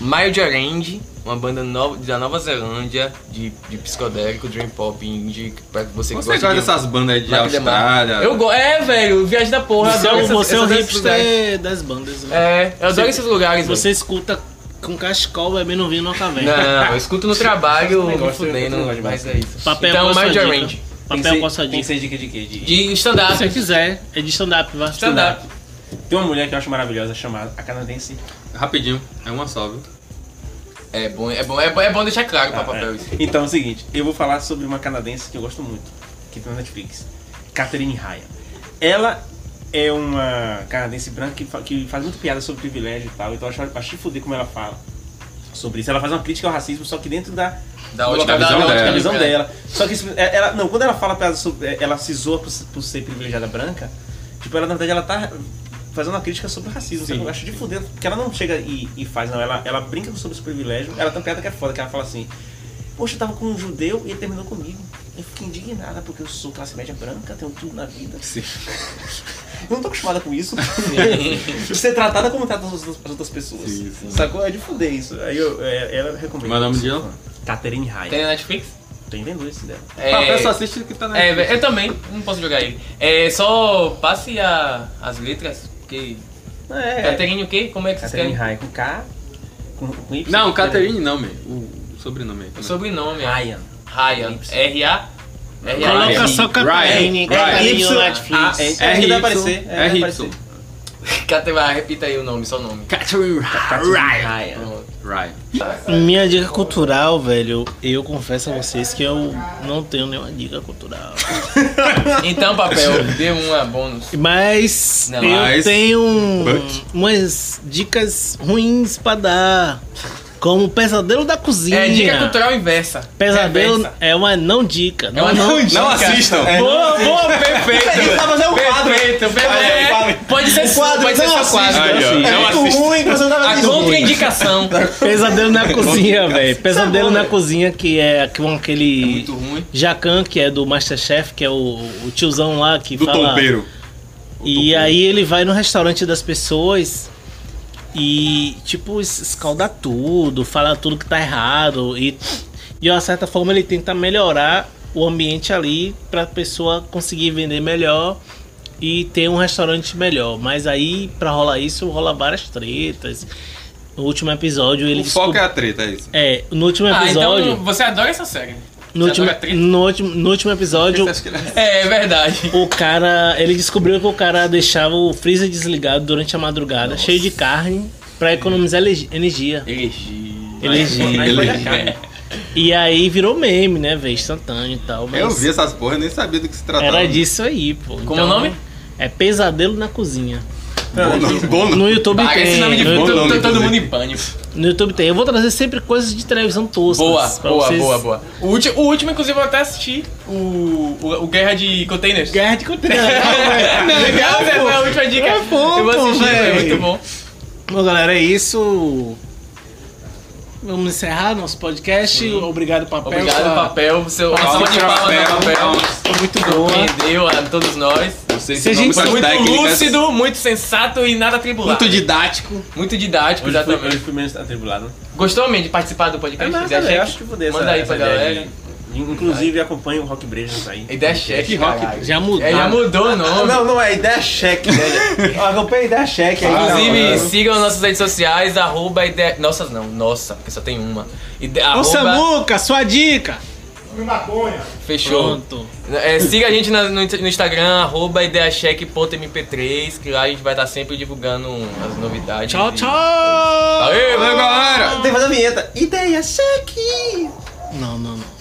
Mild Orange, uma banda nova, da Nova Zelândia, de, de psicodélico, dream pop, indie, pra você que Você gosta de- dessas bandas aí de Mark DeMarco. Austrália? Eu gosto. É, velho, viagem da porra. eu Você, é adoro um- essas- você é um essas- esses lugares. hipster das bandas, né? É, eu adoro esses lugares. Você escuta com cachecol bebendo vinho numa velho. Não, caverna. não, eu escuto no trabalho, me gosto, eu fudendo, não gosto de mas é isso. Papel então, qual a Mild sua Orange. dica? Tem que Papel ser- qual a sua Tem que dica? ser dica de quê? De... De Se você stand-up. quiser, é de stand-up, vai. Stand-up. Tem uma mulher que eu acho maravilhosa chamada a canadense. Rapidinho, é uma só, viu? É bom, é bom, é bom, é bom deixar claro pra papel é. isso. Então é o seguinte, eu vou falar sobre uma canadense que eu gosto muito, que tem na Netflix, Catherine Raya. Ela é uma canadense branca que, fa- que faz muito piada sobre privilégio e tal, então eu acho, eu acho fuder como ela fala sobre isso. Ela faz uma crítica ao racismo, só que dentro da, Da do ótica- local- da visão ótica, dela. da visão dela. Só que isso- é- ela, não, quando ela fala piada sobre, é, ela se zoa por, se- por ser privilegiada branca, tipo, ela na verdade ela tá fazendo uma crítica sobre o racismo, sabe? eu acho de fuder, porque ela não chega e, e faz, não, ela, ela brinca sobre esse privilégio, ela tem uma piada que é foda, que ela fala assim, Poxa, eu tava com um judeu e ele terminou comigo. Eu fiquei indignada porque eu sou classe média branca, tenho tudo na vida. Sim. Eu não tô acostumada com isso. Ser tratada como tratam as outras, as outras pessoas. Sim, sim. Sacou? É de fuder isso. Aí eu, é, ela recomenda. Mas o nome dela? Catherine Tem Raya. na Netflix? Tem vendo esse dela. É, Papel só assiste o que tá na é, velho, eu também, não posso jogar ele. É, só passe a, as letras, porque... É. Caterinho o quê? Como é que vocês Catherine querem? Raya com K, com, com Y. Não, Catherine não, meu. O sobrenome aí. O também. sobrenome, é Ryan. Ryan. R-A... Coloca R-A... só Ryan, Catarine, Ryan. Catarine no Netflix. Ah, é, É é, que vai Y, aparecer. é vai Y. aparecer. Caterinho, repita aí o nome, só o nome. Catherine Catherine Ryan. Raya. Ryan. Minha dica cultural, velho, eu confesso a vocês que eu não tenho nenhuma dica cultural. Então, papel, dê uma bônus. Mas Não, eu mas- tenho um- But. umas dicas ruins pra dar. Como pesadelo da cozinha. É, dica cultural inversa. Pesadelo Reversa. é uma não dica. É uma não dica. Não assistam. Boa, boa, perfeito. Ele tá fazendo um quadro. Perfeito, perfeito. Aí, fala. Pode ser O quadro, quadro, pode ser não seu quadro. Ah, assista. assim. Aí, ó. É Não muito assista. ruim que você não tava A assistindo. contraindicação. Pesadelo na cozinha, velho. Pesadelo bom, na velho. cozinha, que é com aquele. Muito ruim. Jacan, que é do Masterchef, que é o, o tiozão lá que Do fala. tompeiro. E aí ele vai no restaurante das pessoas e, tipo, es- escalda tudo, fala tudo que tá errado. E, de uma certa forma, ele tenta melhorar o ambiente ali pra pessoa conseguir vender melhor e ter um restaurante melhor. Mas aí, pra rolar isso, rola várias tretas. No último episódio, ele O foco descob- é a treta, é isso. É, no último Ah, episódio. então você adora essa série. No último, agora é triste. no, último, no último episódio, É, é verdade. o cara. Ele descobriu que o cara deixava o freezer desligado durante a madrugada, cheio de carne, pra economizar ele- energia. Energia. E aí virou meme, né, velho? Instantâneo e tal. Eu Mas vi essas porra, nem sabia do que se tratava. era disso aí, pô. Como é o nome? É Pesadelo na Cozinha. Bom nome, bom nome. No YouTube Paga Ah, esse tem. nome de no, bom todo, nome, todo inclusive. mundo em pânico. no YouTube tem. Eu vou trazer sempre coisas de televisão toscas. Boa, pra boa, vocês- boa, boa. O último, o último, inclusive, eu até assisti. O, o, o Guerra de Containers. Guerra de conteúdo. Não, legal, Zé, foi a última dica. É bom, eu vou assistir, pô, é véi. muito bom. Bom, galera, é isso. Vamos encerrar nosso podcast. Obrigado, papel. Hum. Obrigado, pela- papel. Seu, uma Palmas salva de pra palmas papel, ao papel. palmas. Foi muito boa. Surpreendeu a todos nós. Vocês Se a são gente- muitas As Muito técnicas, lúcido, muito sensato e nada atribulado. muito didático. Muito didático, Hoje fui, exatamente. hoje fui menos atribulado. Gostou, mesmo de participar do É podcast? massa, Ideia velho. check? Acho que eu vou dar essa- Manda aí essa pra ideia galera. de- Inclusive, acompanha o Rock Brejas aí. Ideia cheque, rock. caralho. Já mudou. É, já mudou o Ah, nome. não, não, é ideia cheque, né? Ó, Acompanha a ideia cheque aí. Ah, Inclusive, tá, mano. sigam nossas redes sociais, arroba ideia... Nossas não, nossa, porque só tem uma. Ide... Ô, Arroba... Samuca, sua dica. Fechou. Pronto. É, siga a gente na- no, no Instagram, arroba ideacheck.mp3, que lá a gente vai estar sempre divulgando as novidades. Tchau, E- tchau. Valeu, Valeu, galera! Tem que fazer a vinheta. Ideia cheque! Não, não, não.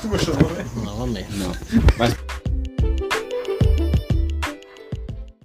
Tu gostou, não, Novamente. Não.